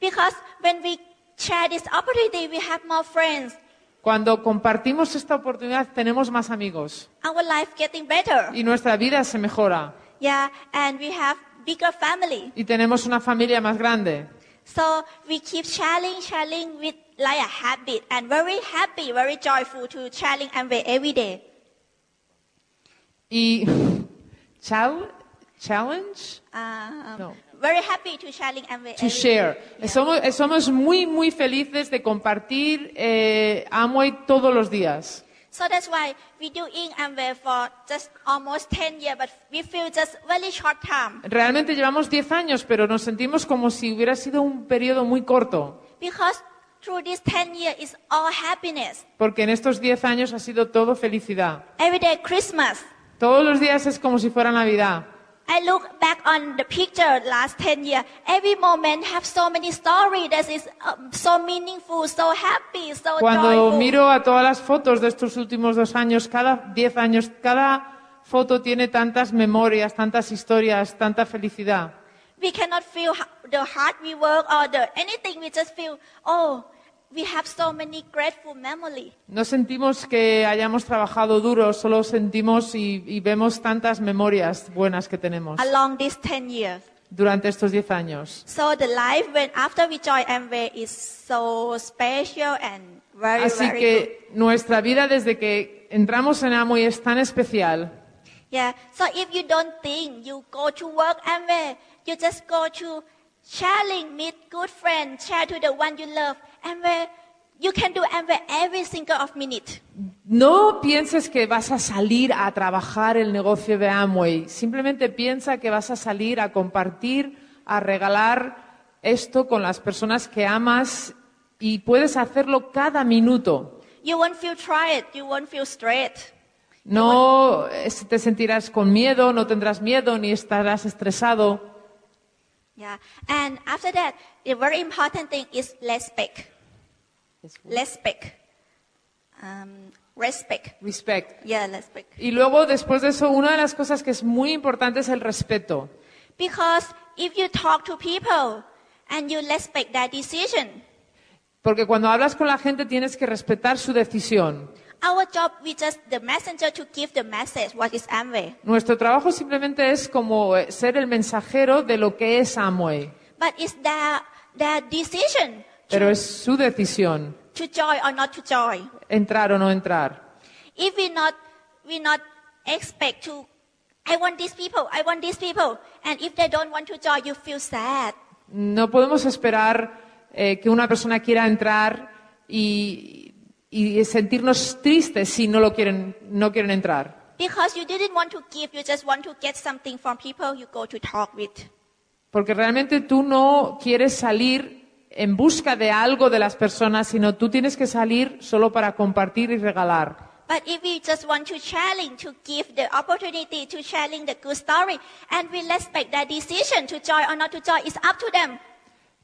Because when we share this opportunity, we have more friends. Cuando compartimos esta oportunidad tenemos más amigos Our life getting better. y nuestra vida se mejora. Yeah, and we have bigger family. y tenemos una familia más grande. So we keep sharing, sharing with like a habit and very happy, very joyful to sharing and we every day. Y chal- challenge Um, No. Very happy to sharing and we to share. Somos, somos muy, muy felices de compartir eh, Amway todos los días. So that's why we do in and we for just almost 10 years, but we feel just very short time. Realmente llevamos 10 años, pero nos sentimos como si hubiera sido un periodo muy corto, Because through this 10 years is all happiness. porque en estos 10 años ha sido todo felicidad. Every day Christmas. Todos los días es como si fuera Navidad. I look back on the picture last 10 years. Every moment have so many stories that is um, so meaningful, so happy, so Cuando joyful. miro a todas las fotos de estos últimos dos años, cada diez años, cada foto tiene tantas memorias, tantas historias, tanta felicidad. we cannot feel ho- the hard we work or the anything. We just feel, oh, we have so many grateful memory. No sentimos que hayamos trabajado duro, solo sentimos y, y vemos tantas memorias buenas que tenemos along these 10 years. durante estos diez años. So the life when after we join Amway is so special and very, Así very good. que nuestra vida desde que entramos en Amway es tan especial. Yeah. So if you don't think you go to work Amway, you just go to sharing, meet good friends, share to the one you love. Amway, you can do Amway every single of minute. No pienses que vas a salir a trabajar el negocio de Amway. Simplemente piensa que vas a salir a compartir, a regalar esto con las personas que amas y puedes hacerlo cada minuto. You won't feel tired. You won't feel stressed. No eh, te sentirás con miedo, no tendrás miedo ni estarás estresado. Yeah. And after that, the very important thing is respect. Respect. Um, respect. Respect. Yeah, respect. Y luego, después de eso, una de las cosas que es muy importante es el respeto. Because if you talk to people and you respect their decision, Porque cuando hablas con la gente tienes que respetar su decisión. our job we just the messenger to give the message what is Amway. Nuestro trabajo simplemente es como eh, ser el mensajero de lo que es Amway, But it's their their decision pero es su decisión to join or not to join. entrar o no entrar. If we not we not expect to I want these people, I want these people and if they don't want to join you feel sad. No podemos esperar eh, que una persona quiera entrar y, y sentirnos tristes si no lo quieren, no quieren entrar, Because you didn't want to give, you just want to get something from people you go to talk with. porque realmente tú no quieres salir en busca de algo de las personas, sino tú tienes que salir solo para compartir y regalar. But if we just want to challenge, to give the opportunity to sharing the good story, and we respect their decision to join or not to join, it's up to them.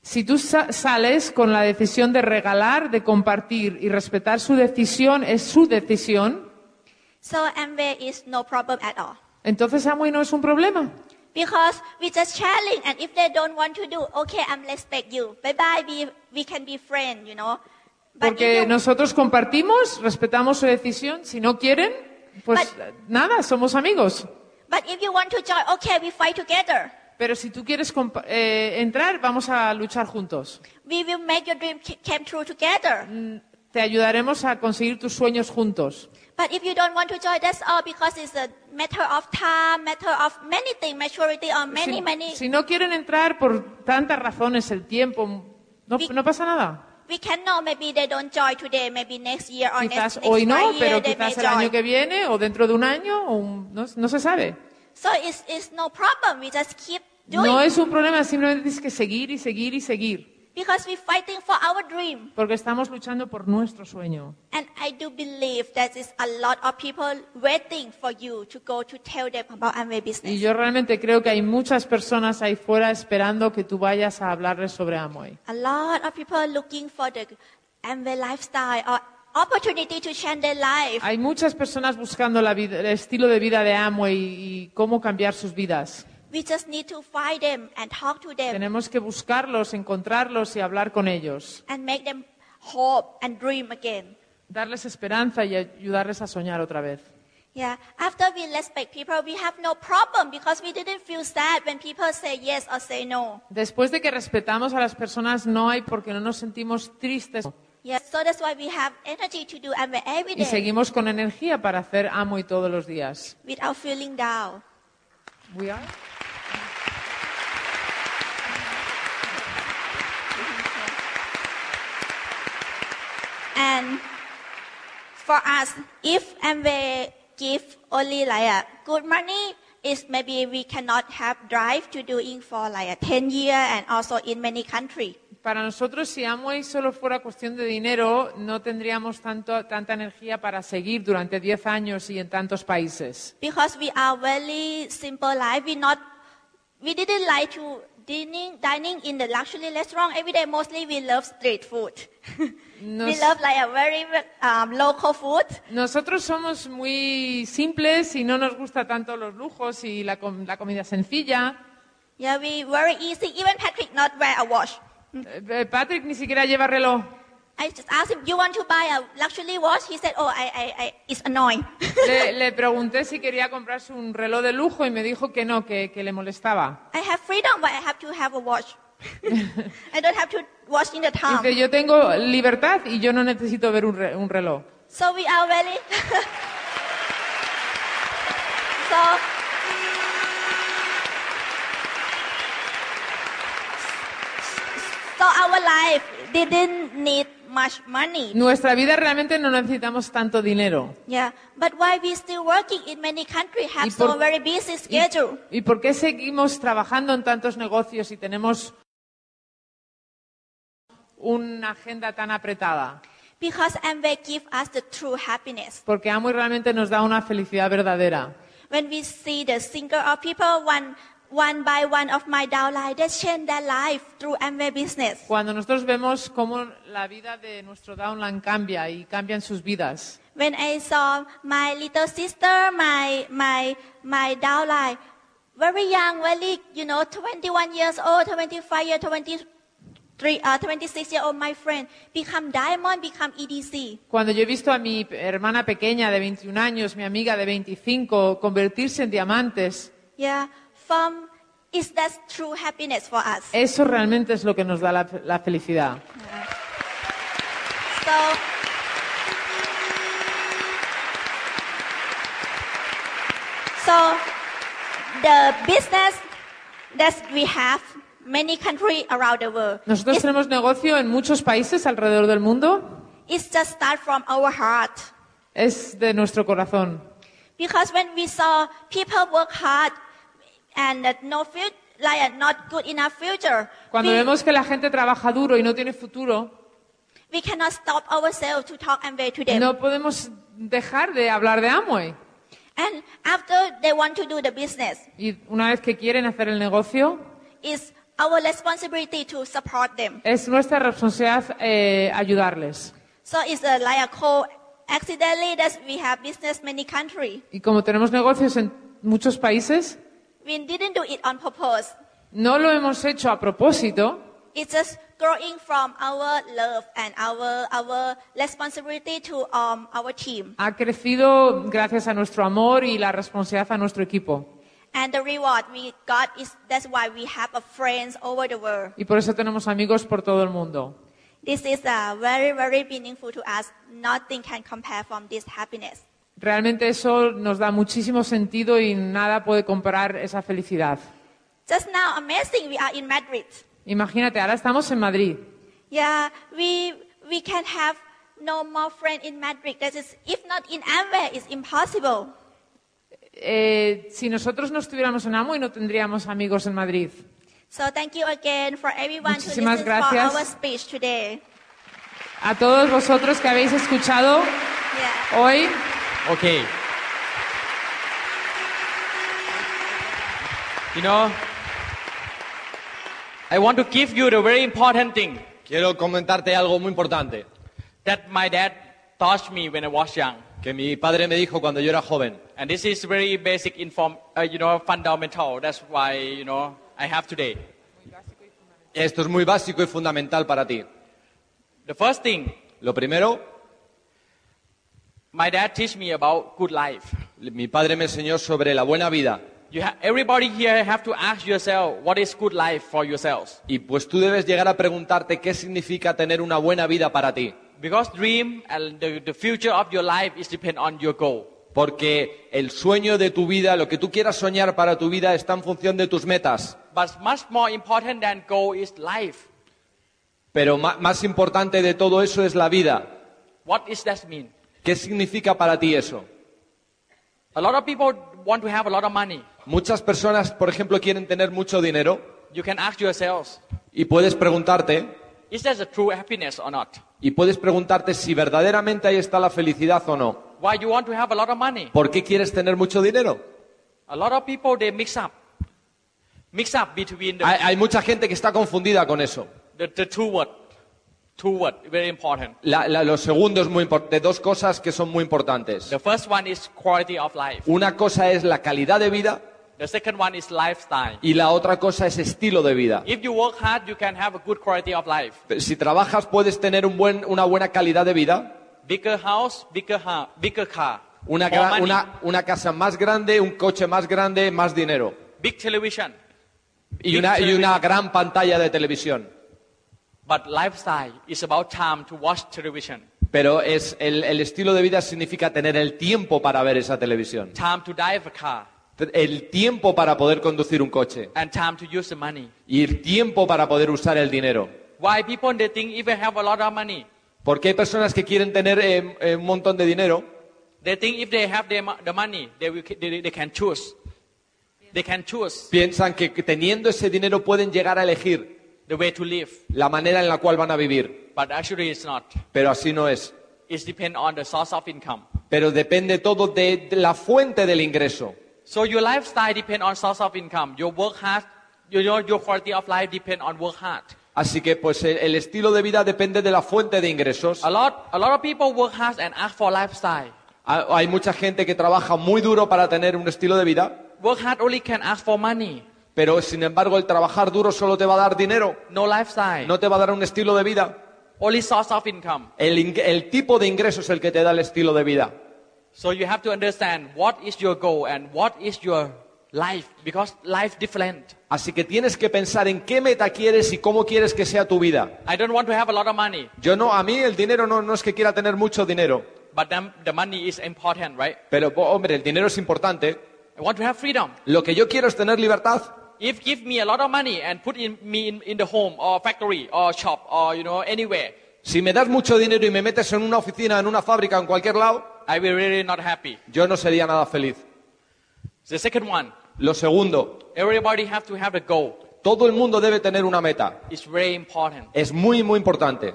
Si tú sa- sales con la decisión de regalar, de compartir y respetar su decisión, es su decisión, So Amway is no problem at all. Entonces Amway no es un problema. Because we just sharing, and if they don't want to do, okay, I'm respect you. Bye bye, we, we can be friends, you know. But Porque if you, nosotros compartimos, respetamos su decisión. Si no quieren, pues But- eh, nada, somos amigos. but if you want to join, okay, we fight together. Pero si tú quieres compa- eh, entrar, vamos a luchar juntos. We will make your dream c- came true together. Mm. Te ayudaremos a conseguir tus sueños juntos. But if you don't want to join, that's all because it's a matter of time, matter of many things, maturity or many, Si, many. si no quieren entrar por tantas razones, el tiempo, no, Vi- no pasa nada. We can know maybe they don't join today, maybe next year or next, Quizás next hoy no, five year pero they may quizás el año join. que viene o dentro de un año, o un- no, no se sabe. So it's, it's no problem. We just keep doing No es un problema, simplemente tienes que seguir y seguir y seguir, because we're fighting for our dream. porque estamos luchando por nuestro sueño. And I do believe that is a lot of people waiting for you to go to tell them about Amway business. Y yo realmente creo que hay muchas personas ahí fuera esperando que tú vayas a hablarles sobre Amway. A lot of people looking for the Amway lifestyle or opportunity to change their life. Hay muchas personas buscando la vida- el estilo de vida de Amway y cómo cambiar sus vidas. We just need to find them and talk to them Tenemos que buscarlos, encontrarlos y hablar con ellos. and make them hope and dream again. Darles esperanza y ayudarles a soñar otra vez. Yeah. After we respect people, we have no problem because we didn't feel sad when people say yes or say no. Después de que respetamos a las personas, no hay porque no nos sentimos tristes Yeah. So that's why we have energy to do Amway every y day seguimos con energía para hacer Amway todos los días. without feeling down. We are- And for us, if Amway give only like a good money, is maybe we cannot have drive to doing for like a 10 year and also in many country. Para nosotros, si Amway solo fuera cuestión de dinero, no tendríamos tanto- tanta energía para seguir durante 10 años y en tantos países. Because we are very simple life. We not, we didn't like to dining, dining in the luxury restaurant every day. Mostly we love street food. we Nos- love like a very um, local food. Nosotros somos muy simples y no nos gusta tanto los lujos y la, com- la comida sencilla. Yeah, we very easy. Even Patrick not wear a watch. Eh, Patrick ni siquiera lleva reloj. I just asked him, "You want to buy a luxury watch?" He said, "Oh, I, I, I it's annoying." [LAUGHS] Le, le pregunté si quería comprarse un reloj de lujo y me dijo que no, que, que le molestaba. I have freedom, but I have to have a watch. [LAUGHS] I don't have to watch in the town. Dice, yo tengo libertad y yo no necesito ver un, re- un reloj. So we are very. [LAUGHS] so. So our life didn't need much money. Nuestra vida realmente no necesitamos tanto dinero. Yeah, but why we still working in many countries Y have por- so very busy ¿Y, schedule? y por qué seguimos trabajando en tantos negocios y tenemos una agenda tan apretada? Because Amway give us the true happiness. Porque Amway realmente nos da una felicidad verdadera. When we see the single or people one one by one of my downline, they change their life through Amway business. Cuando nosotros vemos cómo la vida de nuestro downline cambia y cambian sus vidas. When I saw my little sister, my my my downline, very young, very you know, 21 years old, 25 year, 23, uh, 26 year old, my friend become diamond, become E EDC. Cuando yo he visto a mi hermana pequeña de 21 años, mi amiga de 25, convertirse en diamantes, Yeah, from is that true happiness for us? eso realmente es lo que nos da la, la felicidad. So, so the business that we have many countries around the world. Nosotros It's, tenemos negocio en muchos países alrededor del mundo. it's just start from our heart. Es de nuestro corazón. Because when we saw people work hard and that no fut like a not good enough future, Cuando we, vemos que la gente trabaja duro y no tiene futuro, we cannot stop ourselves to talk and way to them. no podemos dejar de hablar de Amway. And after they want to do the business, Y una vez que quieren hacer el negocio, it's our responsibility to support them. es nuestra responsabilidad eh, ayudarles. So it's a, like a co accidentally that we have business many country. Y como tenemos negocios en muchos países, We didn't do it on purpose. no lo hemos hecho a propósito, It's just growing from our love and our our responsibility to um, our team. ha crecido gracias a nuestro amor y la responsabilidad a nuestro equipo. And the reward we got is that's why we have a friends over the world. Y por eso tenemos amigos por todo el mundo. This is uh, very very meaningful to us. Nothing can compare from this happiness. Realmente eso nos da muchísimo sentido y nada puede comparar esa felicidad. Just now, amazing, we are in Madrid. Imagínate, ahora estamos en Madrid. Yeah, we we can have no more friend in Madrid. That is, if not in Amway, it's impossible. Eh, si nosotros no estuviéramos en Amo y no tendríamos amigos en Madrid. So thank you again for everyone who Muchísimas listened gracias. for our speech today. A todos vosotros que habéis escuchado Yeah. hoy, Okay. You know, I want to give you the very important thing Quiero comentarte algo muy importante that my dad taught me when I was young. que mi padre me dijo cuando yo era joven. And this is very basic inform, uh, you know, fundamental. That's why, you know, I have today. Esto es muy básico y fundamental para ti. The first thing Lo primero, my dad teach me about good life. mi padre me enseñó sobre la buena vida. You ha- everybody here have to ask yourself, what is good life for yourselves? Y pues tú debes llegar a preguntarte qué significa tener una buena vida para ti. Because dream and the, the future of your life is depend on your goal. Porque el sueño de tu vida, lo que tú quieras soñar para tu vida, está en función de tus metas. But much more important than goal is life. Pero ma- más importante de todo eso es la vida. What does that mean? ¿Qué significa para ti eso? A lot of people want to have a lot of money. Muchas personas, por ejemplo, quieren tener mucho dinero You can ask yourselves, y puedes preguntarte, is that a true happiness or not? y puedes preguntarte si verdaderamente ahí está la felicidad o no. Why you want to have a lot of money? ¿Por qué quieres tener mucho dinero? A lot of people they mix up, mix up between the, Hay, hay mucha gente que está confundida con eso. the, the two word, two word, very important. La- la- lo segundo es muy importante, dos cosas que son muy importantes. The first one is quality of life. Una cosa es la calidad de vida The second one is lifestyle. y la otra cosa es estilo de vida. If you work hard, you can have a good quality of life. Si trabajas puedes tener un buen, una buena calidad de vida, Bigger house, bigger ha- bigger car, una, more gra- money, una- una casa más grande, un coche más grande, más dinero big television, y una, y una gran pantalla de televisión. but lifestyle is about time to watch television, Pero es el, el estilo de vida significa tener el tiempo para ver esa televisión, time to drive a car, el tiempo para poder conducir un coche and time to use the money. y el tiempo para poder usar el dinero. Why people they think if I have a lot of money, Porque hay personas que quieren tener eh, eh, un montón de dinero They think if they have the, mo- the money, they, will, they, they can choose. They can choose piensan que teniendo ese dinero pueden llegar a elegir the way to live, la manera en la cual van a vivir, but actually it's not. pero así no es. It depends on the source of income. Pero depende todo de, de la fuente del ingreso. So your lifestyle depends on source of income. Your work hard, your, your, your quality of life depends on work hard. Así que pues el, el estilo de vida depende de la fuente de ingresos. A lot, a lot of people work hard and ask for lifestyle. Ha- Hay mucha gente que trabaja muy duro para tener un estilo de vida, Work hard only can ask for money, pero sin embargo el trabajar duro solo te va a dar dinero, no lifestyle, no te va a dar un estilo de vida. only source of income. El, ing- el tipo de ingreso es el que te da el estilo de vida. So you have to understand what is your goal and what is your life, because life different. Así que tienes que pensar en qué meta quieres y cómo quieres que sea tu vida. I don't want to have a lot of money, Yo no, a mí el dinero no, no es que quiera tener mucho dinero, but then the money is important, right? pero po- hombre, el dinero es importante. I want to have freedom. Lo que yo quiero es tener libertad. If give me a lot of money and put in me in, in the home or factory or shop or you know anywhere, Si me das mucho dinero y me metes en una oficina, en una fábrica, en cualquier lado, I will really not happy. yo no sería nada feliz. The second one, Lo segundo, everybody have to have a goal. todo el mundo debe tener una meta. It's very important. Es muy, muy importante.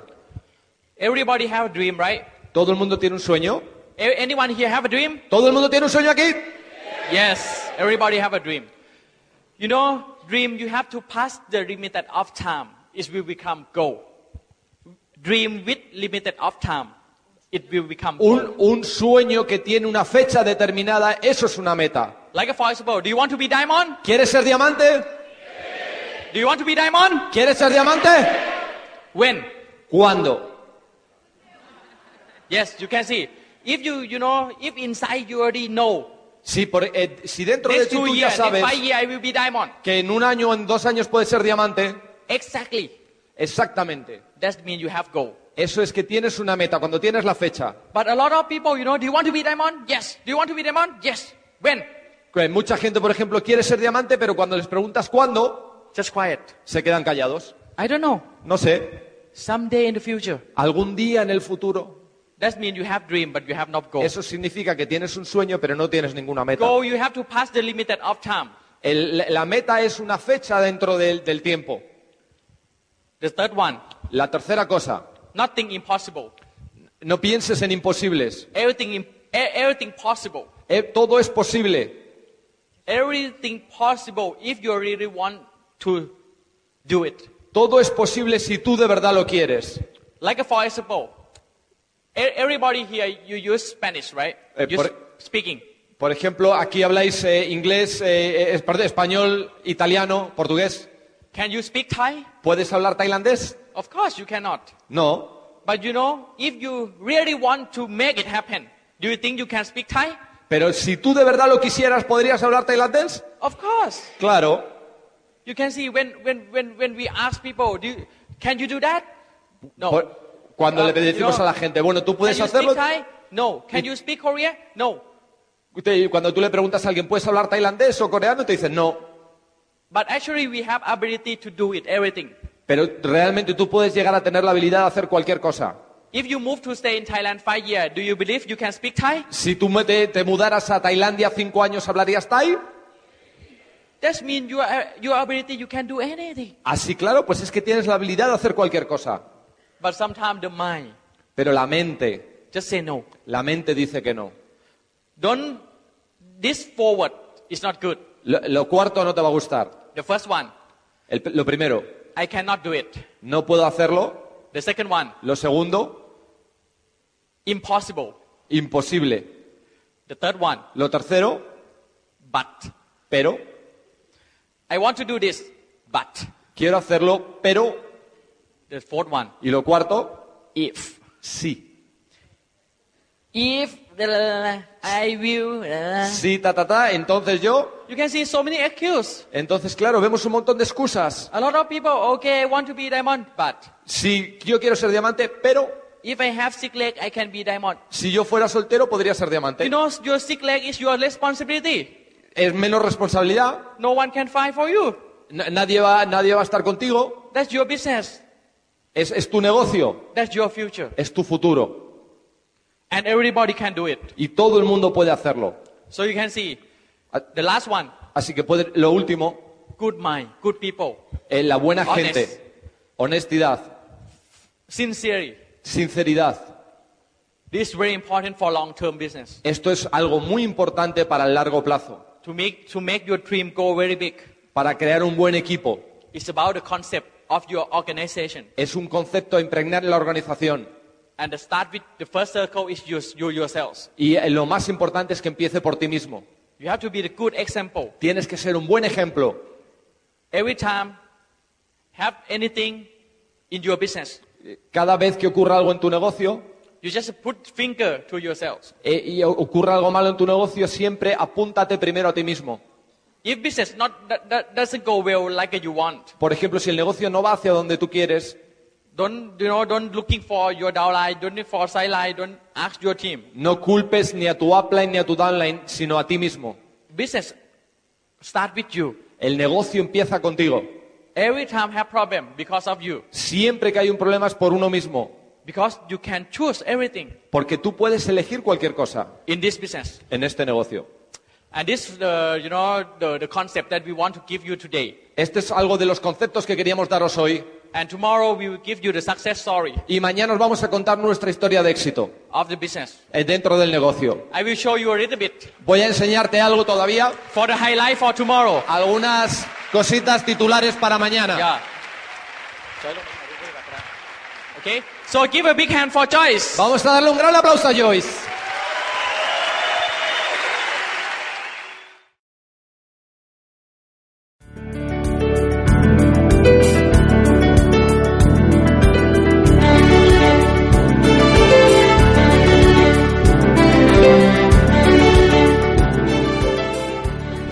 Everybody have a dream, right? Todo el mundo tiene un sueño. A- anyone here have a dream? ¿Todo el mundo tiene un sueño aquí? Yes, everybody have a dream. You know, dream you have to pass the limited of time. It will become goal. Dream with limited of time. it will become Un, goal. un sueño que tiene una fecha determinada, eso es una meta. Like a for example, do you want to be diamond? ¿Quieres ser diamante? Do you want to be diamond? ¿Quieres ser diamante? When? ¿Cuándo? Yes, you can see. If you, you know, if inside you already know, Si, por- eh, si dentro de next ti two tú ya years, next sabes five years, I will be diamond. que en un año o en dos años puedes ser diamante, Exactly. exactamente. That means you have goal. Eso es que tienes una meta, cuando tienes la fecha. But a lot of people, you know, do you want to be diamond? Yes. Do you want to be diamond? Yes. When? Que mucha gente, por ejemplo, quiere ser diamante, pero cuando les preguntas cuándo, Just quiet. se quedan callados. I don't know. No sé, Someday in the future. algún día en el futuro. That means you have dream, but you have not goal. Eso significa que tienes un sueño, pero no tienes ninguna meta. Goal, you have to pass the limited of time. El- la meta es una fecha dentro del, del tiempo. The third one, La tercera cosa, nothing impossible. no pienses en imposibles. Everything, im- e- everything possible. Eh, todo es posible. Everything possible if you really want to do it. Todo es posible si tú de verdad lo quieres. Like for example, e- everybody here you use Spanish, right? Eh, you por- s- speaking. Por ejemplo, aquí habláis eh, inglés, eh, eh, perdón, español, italiano, portugués. Can you speak Thai? ¿Puedes hablar tailandés? Of course you cannot. No. But you know, if you really want to make it happen, do you think you can speak Thai? Pero si tú de verdad lo quisieras, ¿podrías hablar tailandés? Of course. Claro. You can see when, when, when, when we ask people, do you, can you do that? No. Por- cuando Ah, le decimos no. a la gente, bueno, ¿tú Can puedes you speak hacerlo? Thai? No. Can you speak Korean? No. Te- Cuando tú le preguntas a alguien, ¿puedes hablar tailandés o coreano? Te dicen, no. But actually, we have ability to do it, everything. Pero realmente tú puedes llegar a tener la habilidad de hacer cualquier cosa. If you move to stay in Thailand five years, do you believe you can speak Thai? Si tú me- te, te mudaras a Tailandia cinco años, ¿hablarías Thai? That means your, your ability, you can do anything. Así, claro, pues es que tienes la habilidad de hacer cualquier cosa. But sometimes the mind Pero la mente, just say no. la mente dice que no. Don't, this forward is not good. Lo, lo cuarto no te va a gustar. The first one, El- lo primero, I cannot do it. no puedo hacerlo. The second one, Lo segundo, impossible. imposible. The third one, Lo tercero, but. pero. I want to do this, but. Quiero hacerlo, pero. The fourth one, Y lo cuarto, if. sí. If da, da, da, da, I will. da, da, da. Sí, ta, ta, ta. Entonces yo. You can see so many excuses. Entonces, claro, vemos un montón de excusas. A lot of people, okay, I want to be diamond, but Si yo quiero ser diamante, pero. if I have sick leg, I can be diamond. Si yo fuera soltero, podría ser diamante. You know, your sick leg is your responsibility. Es menos responsabilidad. No one can fight for you. na- Nadie va, nadie va a estar contigo. That's your business. Es, es tu negocio. That's your future. Es tu futuro. And everybody can do it. Y todo el mundo puede hacerlo. So you can see, uh, A- the last one, Así que puede- lo último, good mind, good people, eh, la buena Honest. gente. Honestidad. sincerely. Sinceridad. This is very important for long-term business. Esto es algo muy importante para el largo plazo. To make, to make your dream go very big, Para crear un buen equipo. it's about the concept of your organization. Es un concepto a impregnar en la organización. And the start with the first circle is you, you yourselves. Y eh, lo más importante es que empiece por ti mismo. You have to be the good example. Tienes que ser un buen ejemplo. Every time, have anything in your business, Cada vez que ocurra algo en tu negocio, you just put finger to yourselves. eh, y ocurra algo malo en tu negocio, siempre apúntate primero a ti mismo. If business not that, that doesn't go well like you want, Por ejemplo, si el negocio no va hacia donde tú quieres, don't you know? Don't looking for your downline, don't look for sideline, don't ask your team. no culpes ni a tu upline ni a tu downline, sino a ti mismo. Business start with you. El negocio empieza contigo. Every time have problem because of you, Siempre que hay un problema es por uno mismo, because you can choose everything porque tú puedes elegir cualquier cosa in this business. en este negocio. And this, is the you know, the, the concept that we want to give you today. Este es algo de los conceptos que queríamos daros hoy. And tomorrow we will give you the success story Y mañana os vamos a contar nuestra historia de éxito of the business. eh, dentro del negocio. I will show you a little bit Voy a enseñarte algo todavía, for the highlight for tomorrow. algunas cositas titulares para mañana. Yeah. Okay. So give a big hand for Joyce. Vamos a darle un gran aplauso a Joyce.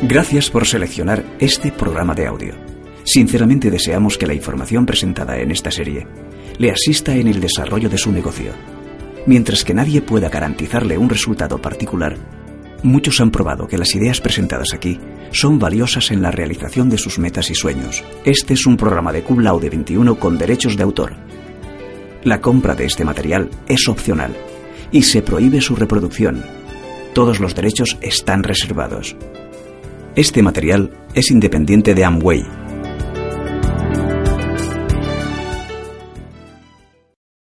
Gracias por seleccionar este programa de audio. Sinceramente deseamos que la información presentada en esta serie le asista en el desarrollo de su negocio. Mientras que nadie pueda garantizarle un resultado particular, muchos han probado que las ideas presentadas aquí son valiosas en la realización de sus metas y sueños. Este es un programa de Cum Laude 21 con derechos de autor. La compra de este material es opcional y se prohíbe su reproducción. Todos los derechos están reservados. Este material es independiente de Amway